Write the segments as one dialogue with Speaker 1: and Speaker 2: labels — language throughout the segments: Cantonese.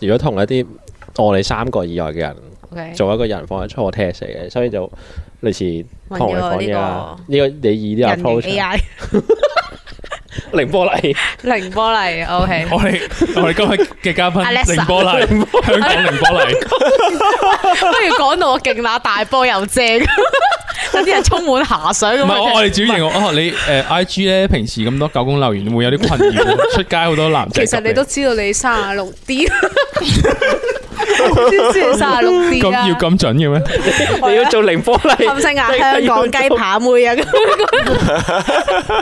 Speaker 1: 如果同一啲我哋三個以外嘅人
Speaker 2: OK，
Speaker 1: 做一個人防係初 test 嚟嘅，所以就類似
Speaker 2: 揾
Speaker 1: 同你
Speaker 2: 咗
Speaker 1: 講
Speaker 2: 呢
Speaker 1: 嘢啦
Speaker 2: 個。
Speaker 1: 呢個你以呢
Speaker 2: 人
Speaker 1: 個
Speaker 2: 形
Speaker 1: approach 啊
Speaker 2: AI
Speaker 1: 凌波麗，
Speaker 2: 凌波麗 OK，
Speaker 3: 我哋我哋今日嘅嘉賓
Speaker 2: Alexa
Speaker 3: 凌波麗，香港凌波麗，
Speaker 2: 不如講到我勁乸大波又正，等啲人充滿遐想咁
Speaker 3: 唔
Speaker 2: 樣
Speaker 3: 係我
Speaker 2: 聽。
Speaker 3: 我哋主要形容哦，你誒 I G 咧平時咁多狗公留言會有啲困擾，出街好多男仔
Speaker 2: 其
Speaker 3: 及
Speaker 2: 實
Speaker 3: 嘅。
Speaker 2: 你都知道你三啊六 D，知唔知你三啊六 D
Speaker 3: 咁
Speaker 2: 啊
Speaker 3: 要？咁準嘅咩？
Speaker 1: 你要做凌波麗，
Speaker 2: 暗星啊，
Speaker 1: 即
Speaker 2: 香
Speaker 1: 係要
Speaker 2: 港雞 扒妹啊，咁
Speaker 1: 做，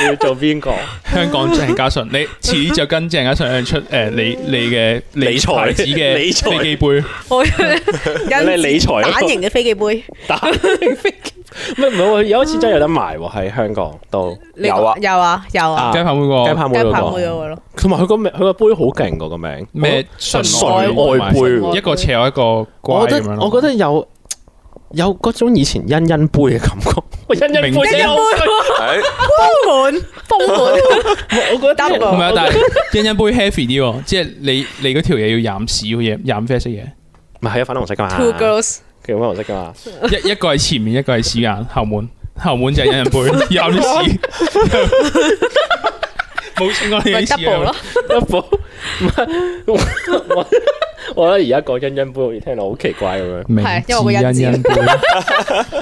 Speaker 1: 你要做邊個？
Speaker 3: 香港鄭家純， 你似就跟鄭家純出誒你你嘅
Speaker 1: 理財
Speaker 3: 牌子嘅
Speaker 1: 理財
Speaker 3: 飛機杯。
Speaker 2: 我
Speaker 1: 你理財咯
Speaker 2: 蛋型嘅飛機杯，
Speaker 1: 打 唔係唔係喎，有一次真係有得賣喎，喺香港都
Speaker 2: 你
Speaker 1: 有啊，
Speaker 2: 有啊，有啊，
Speaker 1: 啊
Speaker 3: 雞扒妹
Speaker 1: 雞
Speaker 3: 個
Speaker 1: 泡妹
Speaker 2: 雞
Speaker 1: 嗰
Speaker 2: 扒妹嗰
Speaker 1: 個，
Speaker 2: 個咯，
Speaker 1: 同埋佢個名，佢個杯好勁喎個名
Speaker 3: 咩純愛
Speaker 1: 純愛
Speaker 3: 外
Speaker 1: 杯
Speaker 3: 一個斜一個乖
Speaker 1: 我覺
Speaker 3: 咁樣
Speaker 1: 得
Speaker 3: 咯
Speaker 1: 我覺得有有嗰種以前欣欣杯嘅感 覺，喂欣欣杯
Speaker 3: 明知
Speaker 1: 真係好衰
Speaker 4: 係
Speaker 2: 豐滿豐滿。
Speaker 1: 我覺得啲人
Speaker 2: Double
Speaker 3: 唔係，啊但係欣欣杯 heavy 啲喎，即係你你嗰條嘢要染屎嘅嘢，染啡色嘢。
Speaker 1: 唔係係啊粉紅色噶嘛，
Speaker 2: Two girls，
Speaker 1: 佢粉紅色噶嘛，
Speaker 3: 一一個係前面，一個係屎眼後門，後門就係隱人杯，有啲屎，冇清過呢
Speaker 2: 咪
Speaker 3: 啲屎
Speaker 2: double
Speaker 3: 啊
Speaker 2: 咯！，
Speaker 1: 一部唔係我我我覺得而家講欣欣杯好似聽落好奇怪咁樣，
Speaker 3: 明
Speaker 2: 係因為我個印字
Speaker 3: 知杯，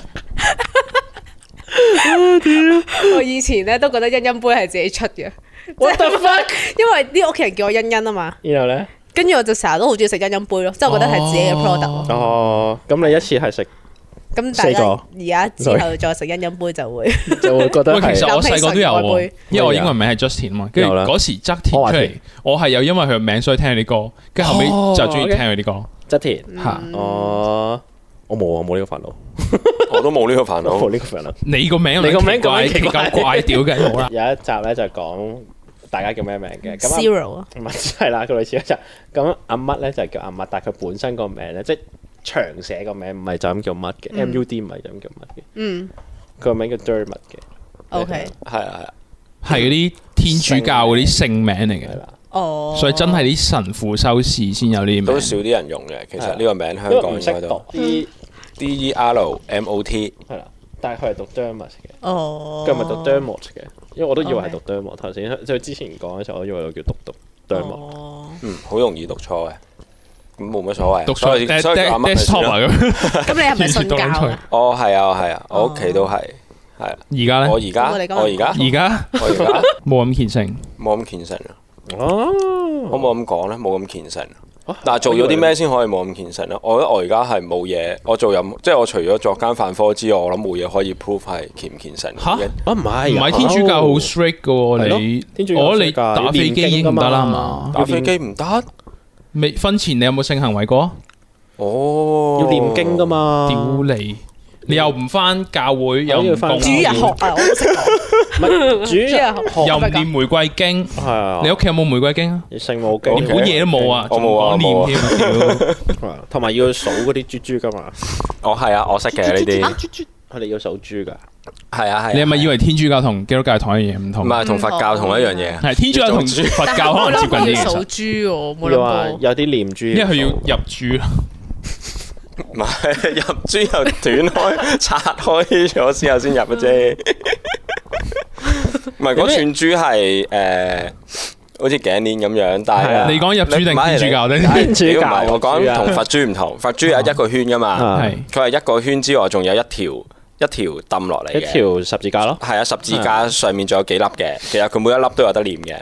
Speaker 2: 我以前咧都覺得欣欣杯係自己出嘅。What the fuck？因為啲屋企人叫我欣欣啊嘛，
Speaker 1: 然後咧
Speaker 2: 跟住我就成日都好中意食欣欣杯咯，即係我覺得係自己嘅 product 咯。
Speaker 1: 哦咁你一次係食
Speaker 2: 咁大家
Speaker 1: 四
Speaker 2: 而家之後再食欣欣杯就會
Speaker 1: 就會覺得
Speaker 3: 喂，其
Speaker 1: 係
Speaker 3: 實我細個都有
Speaker 2: 有
Speaker 3: 喎
Speaker 2: 杯，
Speaker 3: 因為我英文名係 Justin 嘛，跟住
Speaker 1: 有啦
Speaker 3: 嗰時側田
Speaker 1: 我話
Speaker 3: 出嚟
Speaker 1: 田，
Speaker 3: 我係有因為佢個名所以聽佢啲歌，跟住後尾就中意聽佢啲歌
Speaker 1: 側田
Speaker 3: 嚇。
Speaker 1: Ờ, 哦，我冇我冇呢個煩惱，
Speaker 4: 我都冇呢個煩
Speaker 1: 我冇
Speaker 4: 惱。
Speaker 1: 呢個煩惱。
Speaker 3: 你個名
Speaker 1: 你個名咁
Speaker 3: 怪
Speaker 1: 奇怪
Speaker 3: 咁怪屌嘅，好啦，
Speaker 1: 有一集咧就講大家叫咩名嘅，咁阿
Speaker 2: zero 啊。
Speaker 1: 乜係啦，佢類似一集。咁阿乜咧就係叫阿乜，但係佢本身個名咧即係長寫個名，唔係就咁叫乜
Speaker 2: Ừ.
Speaker 1: 嘅，M U D 唔係就咁叫乜嘅，
Speaker 2: 嗯
Speaker 1: 佢個名叫 Dermot 嘅。
Speaker 2: ，OK，
Speaker 4: 係啊係啊，
Speaker 3: 係嗰啲天主教嗰啲聖名嚟
Speaker 1: 係
Speaker 3: 嘅，
Speaker 1: 啦，
Speaker 2: 哦，
Speaker 3: 所以真係啲神父修士先有呢啲
Speaker 4: 都
Speaker 3: 名。
Speaker 4: 少啲人用嘅。其
Speaker 1: 係啊
Speaker 4: 實呢個名香
Speaker 1: 因為
Speaker 4: 港
Speaker 1: 唔
Speaker 4: 應
Speaker 1: 識
Speaker 4: 該
Speaker 1: 讀
Speaker 4: 都
Speaker 1: 啲
Speaker 4: D E R M O T
Speaker 1: 係啦，但係佢係讀 Dermot 嘅，
Speaker 2: 哦，
Speaker 1: 佢唔係讀 Dermot 嘅，因為我都以為係讀 Dermot。頭先即係之前講嘅時候，我以為佢叫讀讀 Dermot。
Speaker 2: 哦，
Speaker 4: 嗯，好容易讀錯嘅，咁冇乜所謂。
Speaker 3: 讀
Speaker 4: 所以
Speaker 3: 錯
Speaker 4: 所以叫阿乜咪
Speaker 3: desktop
Speaker 4: 算咯
Speaker 3: 啊咁，
Speaker 2: 咁你係咪信教
Speaker 3: 完全讀緊
Speaker 2: 啊？
Speaker 4: 哦，係啊係啊，我屋企都係係啊。
Speaker 3: 而家
Speaker 4: 我
Speaker 3: 咧，
Speaker 4: 而
Speaker 2: 咁我哋
Speaker 4: 家
Speaker 2: 今日
Speaker 4: 我而家
Speaker 3: 而家
Speaker 4: 我而家
Speaker 3: 冇咁虔誠。
Speaker 4: 冇咁虔誠啦，
Speaker 1: 哦，
Speaker 4: 可唔可以咁講咧？冇咁虔誠。但係做咗啲咩先可以冇咁虔誠咧？啊我覺得我而家係冇嘢，我做任即係我除咗作奸犯科之外，我諗冇嘢可以 prove 係虔唔虔誠。
Speaker 3: 吓
Speaker 1: 啊？唔係，哦
Speaker 3: 唔係天主教好 strict 噶
Speaker 1: 係
Speaker 3: 喎，
Speaker 1: 咯
Speaker 3: 你
Speaker 1: 天主教
Speaker 3: 我覺得
Speaker 1: strict
Speaker 3: 你
Speaker 1: 㗎
Speaker 3: 打飛機已經唔得啦係嘛
Speaker 1: 要練經㗎嘛？
Speaker 4: 打飛機唔得，
Speaker 3: 未婚前你有冇性行為過？
Speaker 4: 哦，
Speaker 1: 要念經噶？嘛？
Speaker 3: 屌你！你又唔翻教會，又唔
Speaker 1: 返
Speaker 3: 供，
Speaker 1: 教
Speaker 2: 主日學啊，我都識講，
Speaker 1: 唔係主日學
Speaker 3: 又唔念玫瑰經。
Speaker 1: 係啊，
Speaker 3: 你屋企有冇玫瑰經啊？
Speaker 1: 你聖母
Speaker 3: 連
Speaker 4: 我
Speaker 1: 經
Speaker 4: 屋
Speaker 3: 本
Speaker 4: 企
Speaker 3: 嘢都冇啊，
Speaker 4: 我
Speaker 3: 仲
Speaker 4: 冇啊
Speaker 3: 講念添。屌
Speaker 1: 同埋要數嗰啲豬豬噶嘛，
Speaker 4: 我係啊，我識嘅呢啲，
Speaker 1: 佢哋要數豬噶。
Speaker 4: 係啊係。
Speaker 3: 你係咪以為天主教同基督教係同一樣嘢唔
Speaker 4: 唔
Speaker 3: 同？
Speaker 4: 係同
Speaker 1: 嗯
Speaker 4: 佛教同一樣
Speaker 1: 哦
Speaker 4: 嘢？
Speaker 3: 係天主教同佛
Speaker 2: 啊
Speaker 3: 教可能接近啲，其實
Speaker 2: 近啲，數豬我冇
Speaker 1: 要話
Speaker 2: 諗過。
Speaker 1: 有啲念珠，
Speaker 3: 因為佢要入住啦。
Speaker 4: 唔係 入珠又斷開 拆開咗之後先入嘅啫。
Speaker 3: 嗯
Speaker 4: 唔係嗰串珠係誒，好似頸鏈咁樣，但
Speaker 1: 係啊
Speaker 4: 係
Speaker 3: 你講入主定天主教咧？
Speaker 1: 係天主教
Speaker 4: 唔係我
Speaker 1: 入珠啊
Speaker 4: 講同佛珠唔同，佛珠有一個圈噶嘛，
Speaker 1: 啊
Speaker 3: 係
Speaker 4: 佢係一個圈之外，仲有一條一條揼落嚟
Speaker 1: 一
Speaker 4: 嘅。
Speaker 1: 條十字架咯。
Speaker 4: 係啊，十字架上面仲有幾粒嘅，其實佢每一粒都有得念嘅。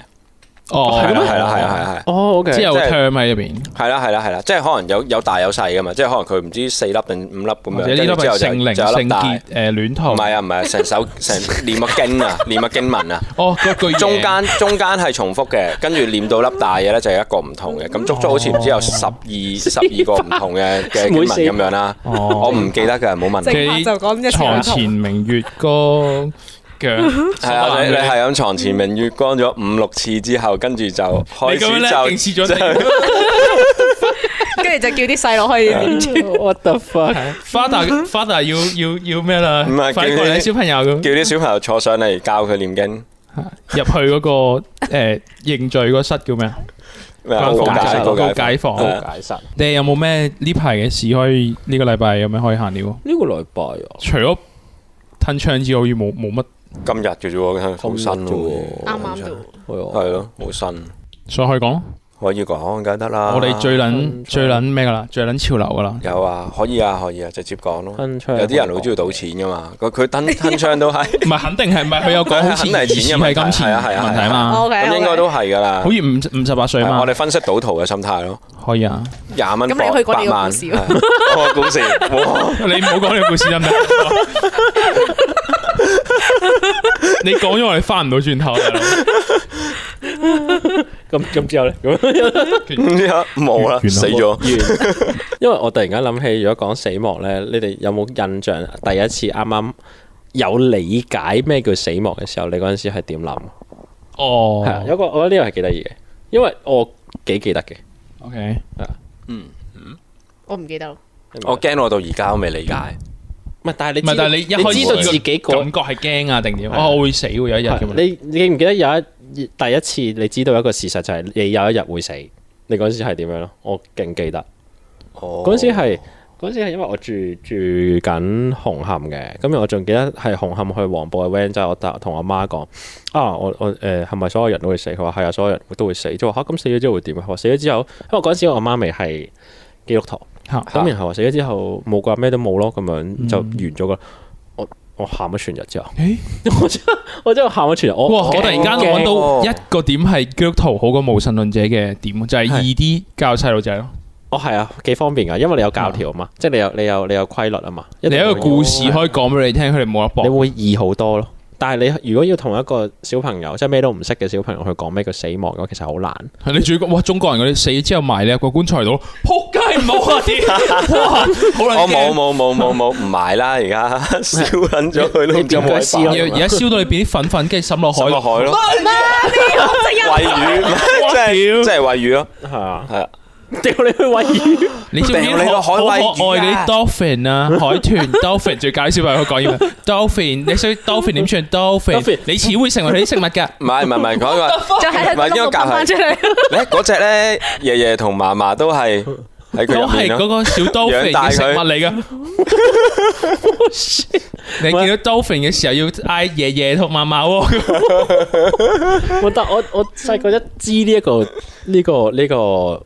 Speaker 3: 哦，
Speaker 4: 係啦，啊係啦，係啦，係啦，係啦。
Speaker 1: 哦，OK，
Speaker 3: 即係有
Speaker 4: 即係
Speaker 3: term 喺入邊，
Speaker 4: 係啦，係啦，係啦，即係可能有有大有細噶嘛，即係可能佢唔知四粒定五粒咁
Speaker 3: 或
Speaker 4: 樣，
Speaker 3: 者呢
Speaker 4: 跟
Speaker 3: 粒係
Speaker 4: 住之後就
Speaker 3: 聖靈、
Speaker 4: 就有一
Speaker 3: 聖
Speaker 4: 粒大。
Speaker 3: 潔、誒戀童
Speaker 4: 唔。係啊，唔係啊， 成首成念個經啊，念個經文啊，
Speaker 3: 哦，嗰句嘢
Speaker 4: 中間中間係重複嘅，跟住念到粒大嘢咧就有一個唔同嘅，咁足足好似唔知有十二十二個唔 同嘅嘅經文咁樣啦，
Speaker 3: 哦
Speaker 4: 我唔記得嘅，冇問題。
Speaker 2: 即刻就講一次
Speaker 3: 床前明月光，腳
Speaker 4: 係啊，你你係咁床前明月光咗五六次之後，跟住就開
Speaker 3: 你咁樣咧， 勁
Speaker 4: 始
Speaker 3: 似
Speaker 4: 就
Speaker 3: 咗
Speaker 4: 就
Speaker 3: 你。
Speaker 2: 跟住就叫啲細路可以念珠。
Speaker 1: What the fuck？
Speaker 3: Father Father 要要要咩啦？
Speaker 4: 唔係
Speaker 3: 快
Speaker 4: 叫
Speaker 3: 過嚟
Speaker 4: 你
Speaker 3: 小朋友咁
Speaker 4: 叫啲小朋友坐上嚟教佢念經，
Speaker 3: 入去嗰個誒認罪嗰室叫咩啊？
Speaker 4: 咩啊
Speaker 3: 高
Speaker 4: 高
Speaker 3: 解
Speaker 4: 解
Speaker 3: 高
Speaker 4: 高
Speaker 3: 解
Speaker 4: 解
Speaker 3: 解放。
Speaker 4: 係啊
Speaker 1: 解散
Speaker 3: 你哋有冇咩呢排嘅事可以呢個禮拜有咩可以閒聊？
Speaker 1: 呢個禮拜啊，
Speaker 3: 除咗吞槍之外，好似冇冇乜，
Speaker 4: 今日嘅啫喎，好新
Speaker 1: 今
Speaker 4: 咯
Speaker 1: 日啫喎
Speaker 4: 喎，
Speaker 2: 啱啱到，
Speaker 1: 係啊，
Speaker 4: 係咯，好新，
Speaker 3: 所以可以講。
Speaker 4: 可以講梗係得啦。
Speaker 3: 我哋最撚
Speaker 1: 吞槍
Speaker 3: 最撚咩噶啦？最撚潮流噶啦！
Speaker 4: 有啊，可以啊，可以啊，直接講咯。
Speaker 1: 吞槍
Speaker 4: 有啲人好中意賭錢噶嘛，佢佢吞吞槍都係，
Speaker 3: 唔係肯定係唔係佢有講好似
Speaker 4: 肯定係
Speaker 3: 疑似
Speaker 4: 錢
Speaker 3: 係
Speaker 4: 嘅問題
Speaker 3: 金錢
Speaker 4: 係啊係啊
Speaker 3: 問題啊
Speaker 2: 係啊
Speaker 3: 嘛，
Speaker 2: OK，
Speaker 4: 咁應該都係噶啦
Speaker 3: 好。似五五十八歲
Speaker 4: 係
Speaker 3: 嘛
Speaker 4: 我，哋分析賭徒嘅心態咯，
Speaker 3: 可以啊！
Speaker 4: 廿蚊
Speaker 2: 咁你去過
Speaker 4: 百
Speaker 2: 你個
Speaker 4: 萬，
Speaker 2: 故事
Speaker 4: 係我個故事，哇！
Speaker 3: 你唔好講呢個故事得唔得？你講咗我哋翻唔到轉頭大佬
Speaker 1: 咁咁之後 咧，咁
Speaker 4: 唔知啊，冇啦，
Speaker 3: 完啦
Speaker 4: 死咗。
Speaker 1: 完。 因為我突然間諗起，如果講死亡咧，你哋有冇印象第一次啱啱有理解咩叫死亡嘅時候，你嗰陣時係點諗？係啊，
Speaker 3: 哦
Speaker 1: 有個我覺得呢個係幾得意嘅，因為我幾記得嘅。
Speaker 3: ，OK，
Speaker 2: 我唔記得啦。
Speaker 4: 我驚我到而家都未理解，
Speaker 1: 唔係，但係你
Speaker 3: 唔係但係你一開始
Speaker 1: 知道自己個
Speaker 3: 感覺係驚啊定點？哦，我會死喎有一日咁樣。
Speaker 1: 你你記唔記得有一第一次你知道一個事實就係你有一日會死，你嗰陣時係點樣咯？我勁記得嗰
Speaker 4: 嗰
Speaker 1: 陣時係嗰陣時係因為我住住緊紅磡嘅，咁我仲記得係紅磡去黃埔嘅 van，就係我搭同我媽講啊，我我誒係咪所有人都會死？佢話係啊，所有人都會死。就話嚇咁死咗之後會點啊？佢話死咗之後，因為嗰陣時我媽咪係基督徒。
Speaker 3: 嚇嗯
Speaker 1: 咁然後我死咗之後冇啩，咩都冇咯，咁樣就完咗噶。我我喊咗全日之後，
Speaker 3: 咦
Speaker 1: 我真我真係喊咗全日。我
Speaker 3: 哇！我突然間
Speaker 4: 我
Speaker 3: 揾到
Speaker 4: 我
Speaker 3: 一個點係基督徒好過無神論者嘅點，就係
Speaker 1: 係
Speaker 3: 易啲教細路仔咯。
Speaker 1: 我係啊，幾方便噶，因為你有教條啊嘛，即係你有你有你有規律啊嘛。
Speaker 3: 你有一
Speaker 1: 定會
Speaker 3: 個故事可以講俾你聽，佢哋冇得
Speaker 1: 你
Speaker 3: 搏。
Speaker 1: 會易好多咯。但係你如果要同一個小朋友，即係咩都唔識嘅小朋友去講咩叫死亡嘅話，其實好難。
Speaker 3: 你仲要講哇！中國人嗰啲死之後埋你入個棺材度，仆街唔好 啊啲！哇，好撚
Speaker 4: 我
Speaker 3: 驚
Speaker 4: 冇冇冇冇冇唔埋啦，而家 燒緊咗佢都唔知有冇位
Speaker 1: 你
Speaker 4: 擺
Speaker 1: 點解
Speaker 3: 而而家燒到你變啲粉粉，跟住滲落海
Speaker 4: 沈落
Speaker 3: 度。
Speaker 4: 海咯， 喂 魚，即係即係喂魚咯，
Speaker 1: 係啊，
Speaker 4: 係啊，
Speaker 1: 屌你去餵魚，
Speaker 3: 你知唔知
Speaker 4: 掟你
Speaker 3: 好
Speaker 4: 落海
Speaker 3: 好
Speaker 4: 餵
Speaker 3: 可愛
Speaker 4: 魚
Speaker 3: 嗰啲
Speaker 4: 啊
Speaker 3: dolphin 啊，海 豚 dolphin 最搞笑係佢講英文 dolphin，你識 dolphin 點算 dolphin？
Speaker 1: Dolphin
Speaker 3: 你似會成為佢啲食物㗎。
Speaker 4: 唔係唔係唔係，講話
Speaker 2: 就喺
Speaker 4: 唔係
Speaker 2: 度
Speaker 4: 因為
Speaker 2: 碌
Speaker 4: 隔
Speaker 2: 翻
Speaker 4: 係
Speaker 2: 出嚟，
Speaker 4: 咧嗰只咧，爺爺同嫲嫲 都係喺佢
Speaker 3: 都
Speaker 4: 入
Speaker 3: 係
Speaker 4: 面
Speaker 3: 嗰
Speaker 4: 咯，
Speaker 3: 個小 dolphin
Speaker 4: 養大
Speaker 3: 嘅
Speaker 4: 佢
Speaker 3: 食物 嚟噶。你見到 dolphin 嘅時候要嗌爺爺同嫲嫲喎，
Speaker 1: 我但 我我細個一知呢一個呢個呢個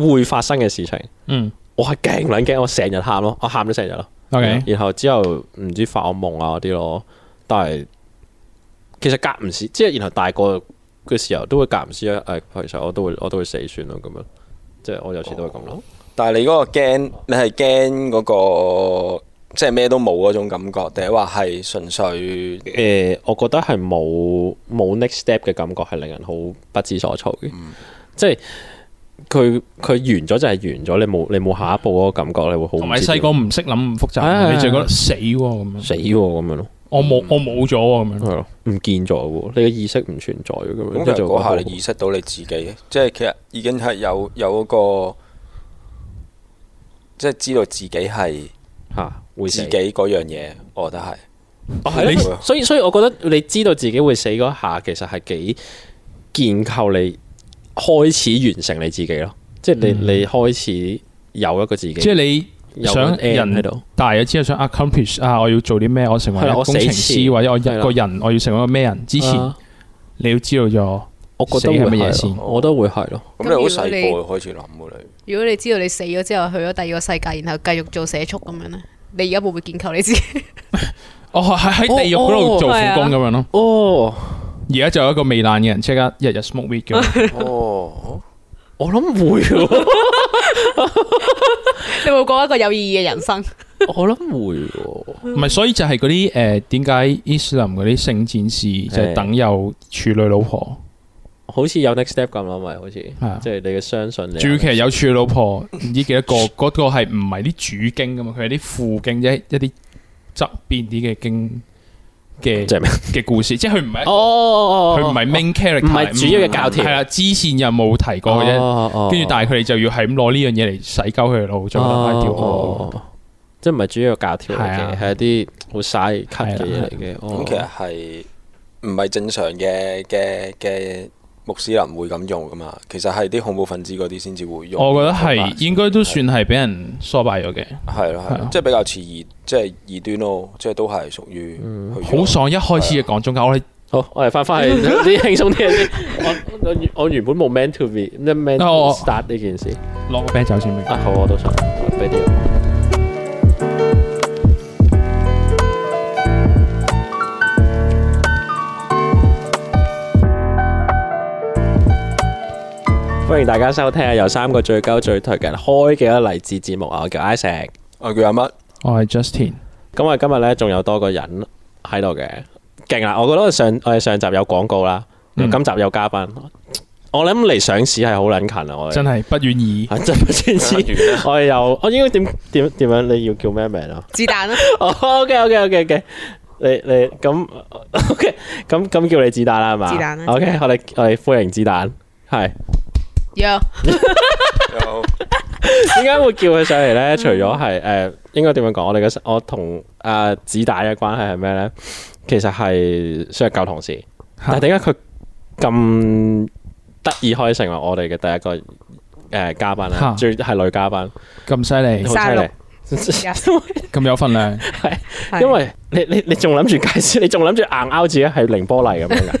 Speaker 1: 會發生嘅事情，
Speaker 3: 嗯
Speaker 1: 我係勁撚驚，我成日喊咯，我喊咗成日咯。
Speaker 3: ，OK，
Speaker 1: 然後之後唔知發惡夢啊嗰啲咯，但係其實隔唔時，即係然後大個嘅時候都會隔唔時啊。誒、其實我都會我都會死算咯咁樣，即係我有時都會咁諗。
Speaker 4: 但係你嗰個驚，你係驚嗰個即係咩都冇嗰種感覺，定係話係純粹
Speaker 1: 誒、呃我覺得係冇冇 next step 嘅感覺係令人好不知所措嘅，
Speaker 4: 嗯
Speaker 1: 即係佢佢完咗就係完咗，你冇你冇下一步嗰個感覺，你會好唔
Speaker 3: 同埋
Speaker 1: 知
Speaker 3: 細個
Speaker 1: 點
Speaker 3: 唔識諗唔複
Speaker 1: 係
Speaker 3: 雜，
Speaker 1: 係
Speaker 3: 你就覺得死喎咁樣。
Speaker 1: 死喎咁樣咯，
Speaker 3: 我冇我冇咗喎咁樣。
Speaker 1: 係咯，唔見咗喎，你嘅意識唔存在嘅咁樣，即
Speaker 4: 咁其
Speaker 1: 係
Speaker 4: 實
Speaker 1: 就
Speaker 4: 嗰下
Speaker 1: 會覺得
Speaker 4: 你意識到你自己，即係其實已經係有有嗰個，即係知道自己係
Speaker 1: 好嚇會
Speaker 4: 自
Speaker 1: 死
Speaker 4: 己嗰樣嘢，我覺得係。
Speaker 1: 哦，係
Speaker 4: 你
Speaker 1: 咯，所以所以我覺得你知道自己會死嗰下，其實係幾建構你開始完成你自己咯，即係你、你開始有一個自己，
Speaker 3: 嗯即係你
Speaker 1: 有
Speaker 3: 想
Speaker 1: end
Speaker 3: 人
Speaker 1: 喺度，
Speaker 3: 大咗之後想 accomplish 啊，我要做啲咩？我成為一
Speaker 1: 係啦
Speaker 3: 個
Speaker 1: 我
Speaker 3: 工
Speaker 1: 死
Speaker 3: 程師
Speaker 1: 前
Speaker 3: 或者我一
Speaker 1: 係啦
Speaker 3: 個人，我要成為一個咩人之前
Speaker 1: 啊，
Speaker 3: 你要知道咗。
Speaker 1: 我覺得
Speaker 3: 死係
Speaker 1: 會
Speaker 3: 乜嘢
Speaker 1: 係
Speaker 3: 先
Speaker 1: 咯，我都會係咯，
Speaker 4: 咁你好細
Speaker 2: 咁如
Speaker 4: 個開始諗嘅你，
Speaker 2: 如果你知道你死咗之後去咗第二個世界，然後繼續做社畜咁樣咧，你而家會唔會建構你自己？
Speaker 3: 哦，喺喺地獄嗰
Speaker 1: 哦
Speaker 3: 度
Speaker 1: 哦
Speaker 3: 做苦
Speaker 2: 係啊
Speaker 3: 工咁樣咯。
Speaker 1: 哦，
Speaker 3: 而家就有一個糜爛嘅人，即刻日日 smoke weed 咁樣。
Speaker 4: 哦，
Speaker 1: 我諗會 喎，
Speaker 2: 你會過一個有意義嘅人生？
Speaker 1: 我諗會喎，
Speaker 3: 唔係，所以就係嗰啲誒點解伊斯蘭嗰啲聖戰士就係等有處女老婆，
Speaker 1: 好似有 next step 咁啦，咪好似，即
Speaker 3: 啊
Speaker 1: 係你嘅相信你，
Speaker 3: 主要其實有處女老婆唔知幾多個，嗰個係唔係啲主經噶嘛？佢係啲副經，即係一啲側邊啲嘅經
Speaker 1: 即
Speaker 3: 嘅
Speaker 1: 係咩？
Speaker 3: 嘅故事，即係佢唔係
Speaker 1: 哦哦哦，
Speaker 3: 佢唔係 main character，
Speaker 1: 唔係主要嘅教條哦
Speaker 3: 係啦，支線又冇提過嘅啫。
Speaker 1: 啫
Speaker 3: 跟住但係佢哋就要係咁攞呢樣嘢嚟洗鳩佢哋腦，再拉掉
Speaker 1: 哦
Speaker 3: 我。
Speaker 1: 哦即係唔係主要教條嚟
Speaker 3: 係啊
Speaker 1: 嘅，係一啊啲好嘥咳嘅嘢嚟嘅。哦咁
Speaker 4: 咁其實係唔係正常嘅嘅嘅穆斯林會咁用噶嘛，其實係啲恐怖分子嗰啲先至會用。
Speaker 3: 我覺得係應該都算係俾人梳敗咗嘅，
Speaker 4: 係
Speaker 3: 係
Speaker 4: 咯係
Speaker 3: 啊
Speaker 4: 咯，即係比較似異即係異端咯，即係都係屬於去
Speaker 3: 好爽！一開始嘅講宗教，我哋
Speaker 1: 好，我哋翻翻 去啲輕鬆啲嘅先。我我原我原本冇 meant to be，即係 meant
Speaker 3: 哦
Speaker 1: to start 呢件事。
Speaker 3: 落個啤酒先。
Speaker 1: 啊，好，我都想俾啲我。歡迎大家收聽由三個最高最頹嘅人開嘅一個勵志節目啊！我叫 Isaac，
Speaker 4: 我叫阿乜，
Speaker 3: 我係 Justin，
Speaker 1: 咁啊我哋今日咧仲有多個人喺度嘅，勁啊啦！我覺得我上我哋上集有廣告啦，
Speaker 3: 嗯
Speaker 1: 今集有嘉賓，我諗離上市係好撚近啊！我哋
Speaker 3: 真係不願意。
Speaker 1: 啊真不知知。
Speaker 4: 完啦
Speaker 1: 我哋有，我應該點點點樣？你要叫咩名啊？
Speaker 2: 子彈咯，
Speaker 1: 哦，OK OK OK OK，你你咁 OK，咁咁叫你子彈啦係嘛？
Speaker 2: 子彈啦
Speaker 1: OK，我哋我哋歡迎子彈，係
Speaker 2: 有
Speaker 4: 有
Speaker 1: 點解會叫佢上嚟 咧？除咗係誒，應該點樣講？我哋嘅我同啊子彈嘅關係係咩咧？其實係算係舊同事，但係點解佢咁得意可以成為我哋嘅第一個誒、呃嘉賓咧
Speaker 3: 嚇？
Speaker 1: 最係女嘉賓，
Speaker 3: 咁犀利，
Speaker 1: 好
Speaker 2: 三
Speaker 1: 犀
Speaker 2: 六
Speaker 1: 利。
Speaker 3: 咁有份量，
Speaker 1: 因為你你你仲諗住介紹，你仲諗住硬拗自己係凌波麗咁樣㗎，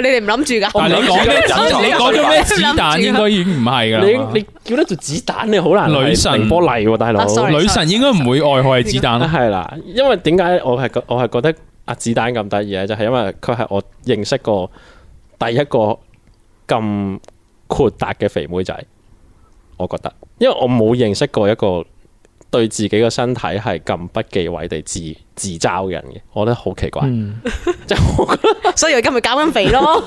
Speaker 2: 你哋唔諗住噶，
Speaker 3: 但係你講
Speaker 4: 忍
Speaker 3: 嘅
Speaker 4: 咗
Speaker 3: 你講咗咩子彈應該已經唔 係㗎啦嘛
Speaker 1: 你。你叫得做子彈，你好難係
Speaker 3: 女神啊
Speaker 1: 凌波麗喎，大佬
Speaker 2: 啊。，sorry
Speaker 3: 女神應該唔會外害子彈啦。
Speaker 1: 係啦，因為點解我係覺我係覺得阿子彈咁得意咧，就係因為佢係我認識過第一個咁豁達嘅肥妹仔，我覺得，因為我冇認識過一個對自己個身體係咁不忌諱地自自嘲嘅人嘅，我覺得好奇怪，
Speaker 3: 嗯，
Speaker 1: 即係我覺得
Speaker 2: 所以我今日減緊肥 咯。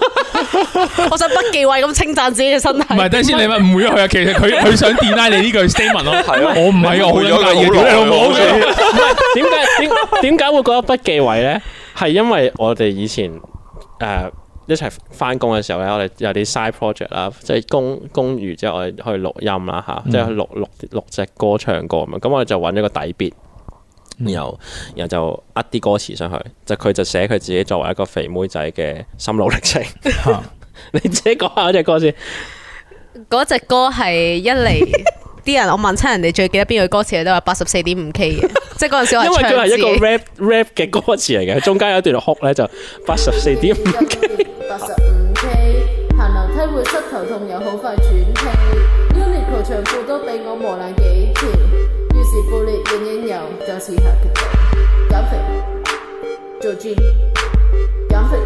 Speaker 2: 我想不忌諱咁稱讚自己嘅身體。
Speaker 3: 唔係，等陣先，你咪誤會咗佢啊！其實佢佢想 deny 你呢句 statement 咯。
Speaker 4: 係啊
Speaker 3: 我唔係我好
Speaker 4: 你誤會咗佢
Speaker 3: 撚介意，
Speaker 4: 好
Speaker 3: 屌
Speaker 4: 耐
Speaker 3: 你老母
Speaker 4: 我覺得
Speaker 1: 點解點點解會覺得不忌諱咧？係因為我哋以前誒、呃一齊翻工嘅時候咧，我哋有啲 side project 啦，即係公公餘之後我哋去錄音啦吓，即係去錄錄錄隻歌唱歌咁樣。咁我哋就揾咗個底 b 然後然後就呃啲歌詞上去，就佢就寫佢自己作為一個肥妹仔嘅心路歷程。
Speaker 3: 嚇
Speaker 1: 你自己講下嗰隻歌先。
Speaker 2: 嗰只歌係一 嚟啲人，我問親人哋最記得邊句歌詞，佢都話八十四點五 K 嘅，即係嗰陣時我
Speaker 1: 因為
Speaker 2: 係
Speaker 1: 佢
Speaker 2: 啊唱
Speaker 1: 係
Speaker 2: 自
Speaker 1: 一個
Speaker 2: 己。
Speaker 1: rap rap 嘅歌詞嚟嘅，中間有一段哭咧就八十四點五
Speaker 5: 八十五 K，行樓梯會膝頭痛，又好快喘氣。Uniqlo 長褲都俾我磨爛幾條，於是布列影影遊，就似下決定減肥做 gym，減肥。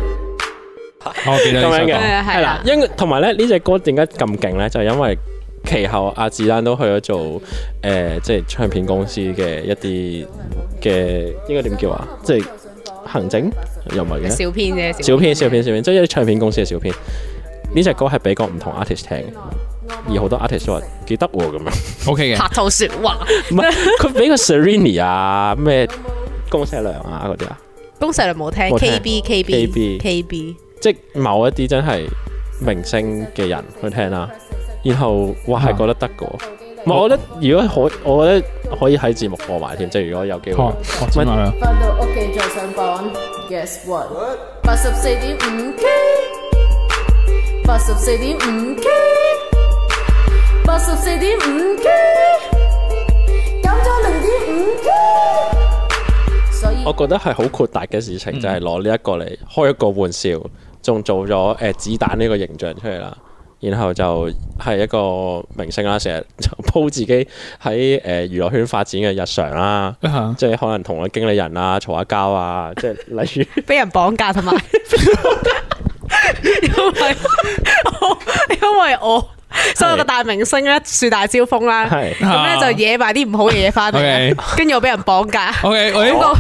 Speaker 3: 我記得呢
Speaker 1: 咁
Speaker 3: 首
Speaker 1: 樣嘅，
Speaker 3: 歌。
Speaker 2: 係啊係啊
Speaker 1: 係啦。因為同埋咧呢只歌點解咁勁咧？就係因為其後阿子丹都去咗做誒、呃即係唱片公司嘅一啲嘅應該點叫啊？即係行政又唔係嘅，
Speaker 2: 小編啫，
Speaker 1: 小編小編小編，即係一啲唱片公司嘅小編。呢只歌係俾個唔同 artist 聽嘅，而好多 artist 都話記得喎咁樣。
Speaker 3: O K 嘅，
Speaker 2: 拍套説話。
Speaker 1: 唔係佢俾個 Serrini 啊，咩公社良啊嗰啲啊，
Speaker 2: 公細你冇聽
Speaker 1: 冇聽
Speaker 2: KB
Speaker 1: KB
Speaker 2: KB KB，
Speaker 1: 即係某一啲真係明星嘅人去聽啦。然後哇係覺得得嘅喎。唔係，我覺得如果可，我覺得可以喺節目播埋添，即係如果有機會。
Speaker 3: 哦，我知埋啦。
Speaker 5: 翻到屋企再上磅，Guess what？八十四點五 K，八十四點五 K，八十四點五 K，減咗零點五 K，所以
Speaker 1: 我覺得係好豁達嘅事情，就係攞呢一個嚟開一個玩笑，仲做咗誒、呃子彈呢個形象出嚟啦。然後就係一個明星啦，成日 就 po 自己喺誒、呃、娛樂圈發展嘅日常啦，
Speaker 3: 嚇
Speaker 1: 即係可能同個經理人啊嘈下交啊，即係例如。
Speaker 2: 俾人綁架同埋， 因為我因為我所有個大明星咧樹大招風啦，
Speaker 1: 係
Speaker 2: 咁咧就惹埋啲唔好嘅嘢翻嚟
Speaker 3: OK，
Speaker 2: 跟住我俾人綁架，
Speaker 3: O K，我呢
Speaker 2: 嗰
Speaker 3: 個
Speaker 2: 個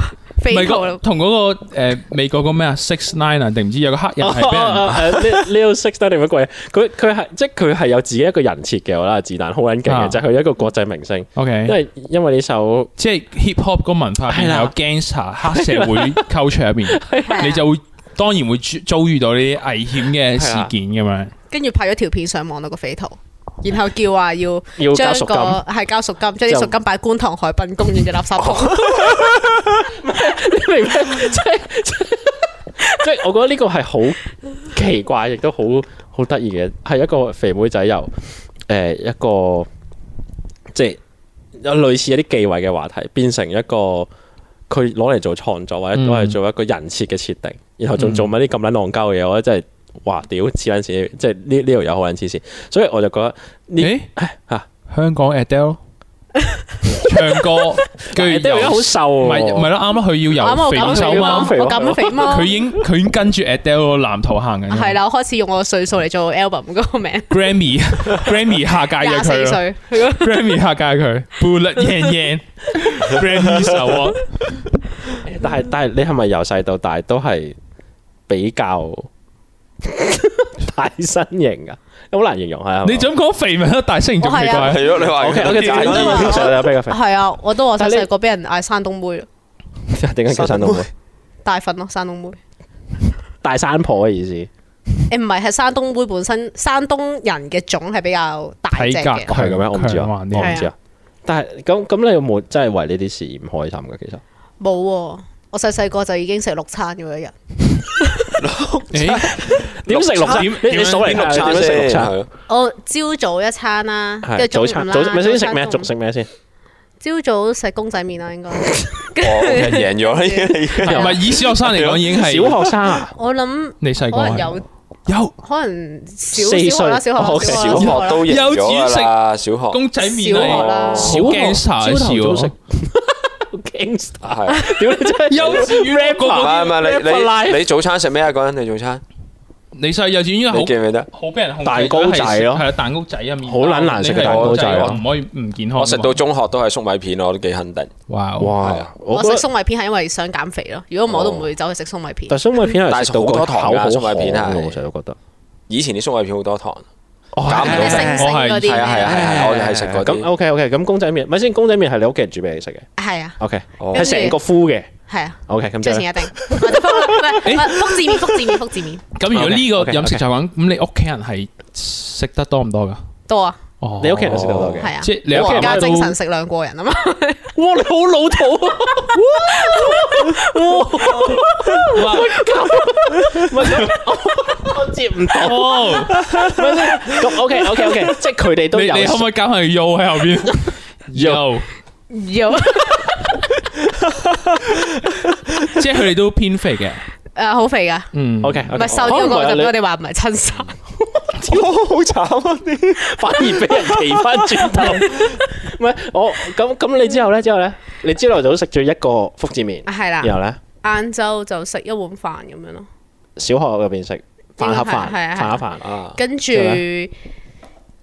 Speaker 3: 美
Speaker 2: 匪徒
Speaker 3: 國
Speaker 2: 啦。
Speaker 3: 同嗰個誒美國個咩啊 Six Nine à? 啊，定唔知有個
Speaker 1: 哦
Speaker 3: 黑人係俾 人。
Speaker 1: 係呃呢呢個 six 得定乜鬼？佢佢係即係佢係有自己一個人設嘅，我覺得子彈好撚勁
Speaker 3: 啊嗯
Speaker 1: 嘅，就係佢一個國際明星，因
Speaker 3: O K，
Speaker 1: 為因為呢首
Speaker 3: 即係 hip hop 個文化入
Speaker 1: 係
Speaker 3: 邊
Speaker 1: 啦
Speaker 3: 有 gangster 黑社會 culture 入
Speaker 2: 啦
Speaker 3: 邊，你就會當然會遭遭遇到呢啲危險嘅事件咁樣。
Speaker 2: 跟住拍咗條片上網到個匪徒，然後叫話要
Speaker 1: 要交
Speaker 2: 將
Speaker 1: 贖
Speaker 2: 個
Speaker 1: 金，
Speaker 2: 係交贖金，將啲贖金擺觀塘海濱公園嘅垃圾桶。
Speaker 1: 你明唔明？即係即係即係我覺得呢個係好奇怪，亦都好好得意嘅，係一個肥妹仔由誒、呃一個即係有類似一啲忌諱嘅話題，變成一個佢攞嚟做創作，或者
Speaker 3: 嗯
Speaker 1: 攞嚟做一個人設嘅設定，然後仲做埋啲咁撚戇鳩嘅嘢，我覺得真係哇屌黐撚線，即係呢呢條友好撚黐線，所以我就覺得呢啊
Speaker 3: 咦
Speaker 1: 嚇
Speaker 3: 香港 Adele 唱歌，跟住
Speaker 1: 呢條友
Speaker 3: 由
Speaker 1: 好
Speaker 3: 唔
Speaker 1: 瘦喎，
Speaker 3: 係唔係咯，啱啦，佢要
Speaker 2: 啱啊
Speaker 3: 由
Speaker 2: 我
Speaker 3: 肥
Speaker 2: 減
Speaker 3: 瘦
Speaker 2: 肥嘛，
Speaker 1: 嘛
Speaker 2: 我
Speaker 1: 肥佬
Speaker 2: 減肥嘛
Speaker 3: 佢，已經佢已經跟住 Adele 個藍圖行緊㗎。
Speaker 2: 係啦，我開始用我歲數嚟做 album 嗰 個名，
Speaker 3: ，Grammy Grammy 下
Speaker 1: 哎
Speaker 3: 屆嘅
Speaker 2: 廿四
Speaker 1: 啊
Speaker 3: 佢啦
Speaker 2: 歲，係咯
Speaker 3: ，Grammy 下屆佢，Bullet Yan Yan Grammy 手啊，
Speaker 1: 但係但係你係咪由細到大都係比較大身形噶？好難形容係啊！
Speaker 3: 你就咁講肥咪得，但係雖然仲奇
Speaker 2: 我係啊
Speaker 3: 怪。
Speaker 4: 係咯，你話
Speaker 1: O K O K，就係呢個
Speaker 2: 我
Speaker 1: 通常比較肥，
Speaker 2: 係啊，我都話
Speaker 1: 但係你
Speaker 2: 細個俾人嗌山東妹咯，
Speaker 1: 點解叫山東妹？
Speaker 2: 大份咯，山東妹。
Speaker 1: 大山婆嘅意思
Speaker 2: 誒唔係，係山東妹本身，山東人嘅種係比較大隻
Speaker 3: 體格
Speaker 2: 嘅。
Speaker 1: 係咁樣，我唔知啊，
Speaker 3: 強
Speaker 1: 我
Speaker 3: 橫
Speaker 2: 啲
Speaker 1: 唔知啊。但係咁咁，你有冇真係為呢啲事唔開心嘅？其實
Speaker 2: 冇喎，我細細個就已經食六餐嗰一日，
Speaker 3: 誒
Speaker 1: 點食六餐？
Speaker 3: 點
Speaker 1: 你你數嚟
Speaker 4: 邊六
Speaker 1: 睇下
Speaker 4: 餐
Speaker 1: 你點樣食六
Speaker 4: 先？
Speaker 1: 餐？
Speaker 4: 係咯
Speaker 2: 我朝早一餐啦，跟
Speaker 1: 係
Speaker 2: 住
Speaker 1: 早
Speaker 2: 午
Speaker 1: 餐，
Speaker 2: 啦
Speaker 1: 早咪先食咩？
Speaker 2: 中
Speaker 1: 仲食咩先？
Speaker 2: 朝早食公仔麵啦，啊應該。
Speaker 4: 哦，OK，贏咗啦已經已經
Speaker 3: 唔係以小學生嚟講已經係
Speaker 1: 小學生啊，
Speaker 2: 我諗
Speaker 3: 你細個
Speaker 2: 可能
Speaker 3: 係
Speaker 2: 有，
Speaker 3: 有
Speaker 2: 可能小
Speaker 1: 四歲
Speaker 2: 小學啦，小學
Speaker 1: 哦
Speaker 2: 啦
Speaker 1: ，OK
Speaker 4: 小
Speaker 2: 小學
Speaker 4: 學
Speaker 2: 啦，
Speaker 4: 都贏咗㗎啦，小學
Speaker 3: 公仔麵
Speaker 2: 小學
Speaker 3: 啊，
Speaker 2: 啦
Speaker 3: 小
Speaker 1: 小學
Speaker 3: 驚
Speaker 1: 朝
Speaker 3: 曬
Speaker 1: 頭早食
Speaker 3: 啊 小。
Speaker 1: gangster，
Speaker 4: 係。
Speaker 1: 屌你真係
Speaker 3: 幼稚園嗰個
Speaker 4: 唔係唔係，你
Speaker 1: Rap for
Speaker 4: 你
Speaker 1: life
Speaker 4: 你早餐食咩啊？嗰陣你早餐，
Speaker 3: 你細幼稚園
Speaker 4: 你記
Speaker 3: 好
Speaker 4: 唔記得？
Speaker 3: 好俾人控制
Speaker 1: 蛋糕仔咯
Speaker 3: 係啊蛋糕仔啊，麵包
Speaker 1: 好撚難食嘅蛋糕仔啊
Speaker 3: 你係唔可以唔健康㗎嘛。
Speaker 4: 我食到中學都係粟米片，我都幾肯定。
Speaker 3: 哇
Speaker 4: 係
Speaker 1: 哇
Speaker 4: 啊！
Speaker 1: 我
Speaker 2: 我
Speaker 1: 覺
Speaker 2: 食
Speaker 1: 得
Speaker 2: 粟米片係因為想減肥咯，如果唔係我都唔會走去食粟米片。
Speaker 1: 但粟米片係食到個口好
Speaker 4: 但係好多糖㗎粟
Speaker 1: 口
Speaker 4: 米片係
Speaker 1: 我成日都覺得。
Speaker 4: 以前啲粟米片好多糖，
Speaker 1: 哦
Speaker 4: 減唔到
Speaker 2: 係星
Speaker 4: 肥
Speaker 2: 星嗰啲
Speaker 4: 係啊係啊係
Speaker 2: 咩？
Speaker 4: 啊，我哋係食
Speaker 1: 咁
Speaker 4: 嗰啲。
Speaker 1: OK OK，咁公仔麵咪先，公仔麵係你屋企人煮俾你食嘅
Speaker 2: 係啊
Speaker 1: ，OK，
Speaker 4: 哦
Speaker 1: 係成個敷嘅
Speaker 2: 係啊，
Speaker 1: ，OK，咁
Speaker 2: 最
Speaker 1: 就
Speaker 2: 前一定。或者福 唔係福字面福字面福字面
Speaker 3: 咁如果呢個
Speaker 1: OK，OK，OK
Speaker 3: 飲食習慣，咁你屋企人係食得多唔多噶？
Speaker 2: 多啊，
Speaker 3: 哦
Speaker 1: 你屋企人食得多嘅，
Speaker 2: 係啊。
Speaker 3: 即係你
Speaker 1: 屋企
Speaker 2: 我
Speaker 1: 人
Speaker 2: 而家
Speaker 1: 都
Speaker 2: 精神食兩個人啊嘛。
Speaker 1: 哇，你好老土啊！ 哇哇唔係我我接唔到，
Speaker 3: 哦，
Speaker 1: 咁 OK OK OK，即係 佢哋都
Speaker 3: 你
Speaker 1: 有
Speaker 3: 你可唔可以加埋 U 喺後邊 ？U，
Speaker 2: 有
Speaker 3: 即係佢哋都偏肥嘅。
Speaker 2: 誒好肥噶，
Speaker 3: 嗯
Speaker 1: OK，
Speaker 2: 唔係瘦咗
Speaker 1: 啊
Speaker 2: 個就俾 我哋話唔係親生。
Speaker 4: 好慘啊！
Speaker 1: 反而俾人企翻轉頭。 唔係我咁咁，你之後咧之後咧，你朝頭早食咗一個福字麵，
Speaker 2: 係啊啦，
Speaker 1: 然後咧
Speaker 2: 晏晝就食一碗飯咁樣咯，
Speaker 1: 小學入邊食飯盒飯，
Speaker 2: 應該係係啊
Speaker 1: 飯盒飯。
Speaker 4: 啊！
Speaker 2: 跟住
Speaker 1: 係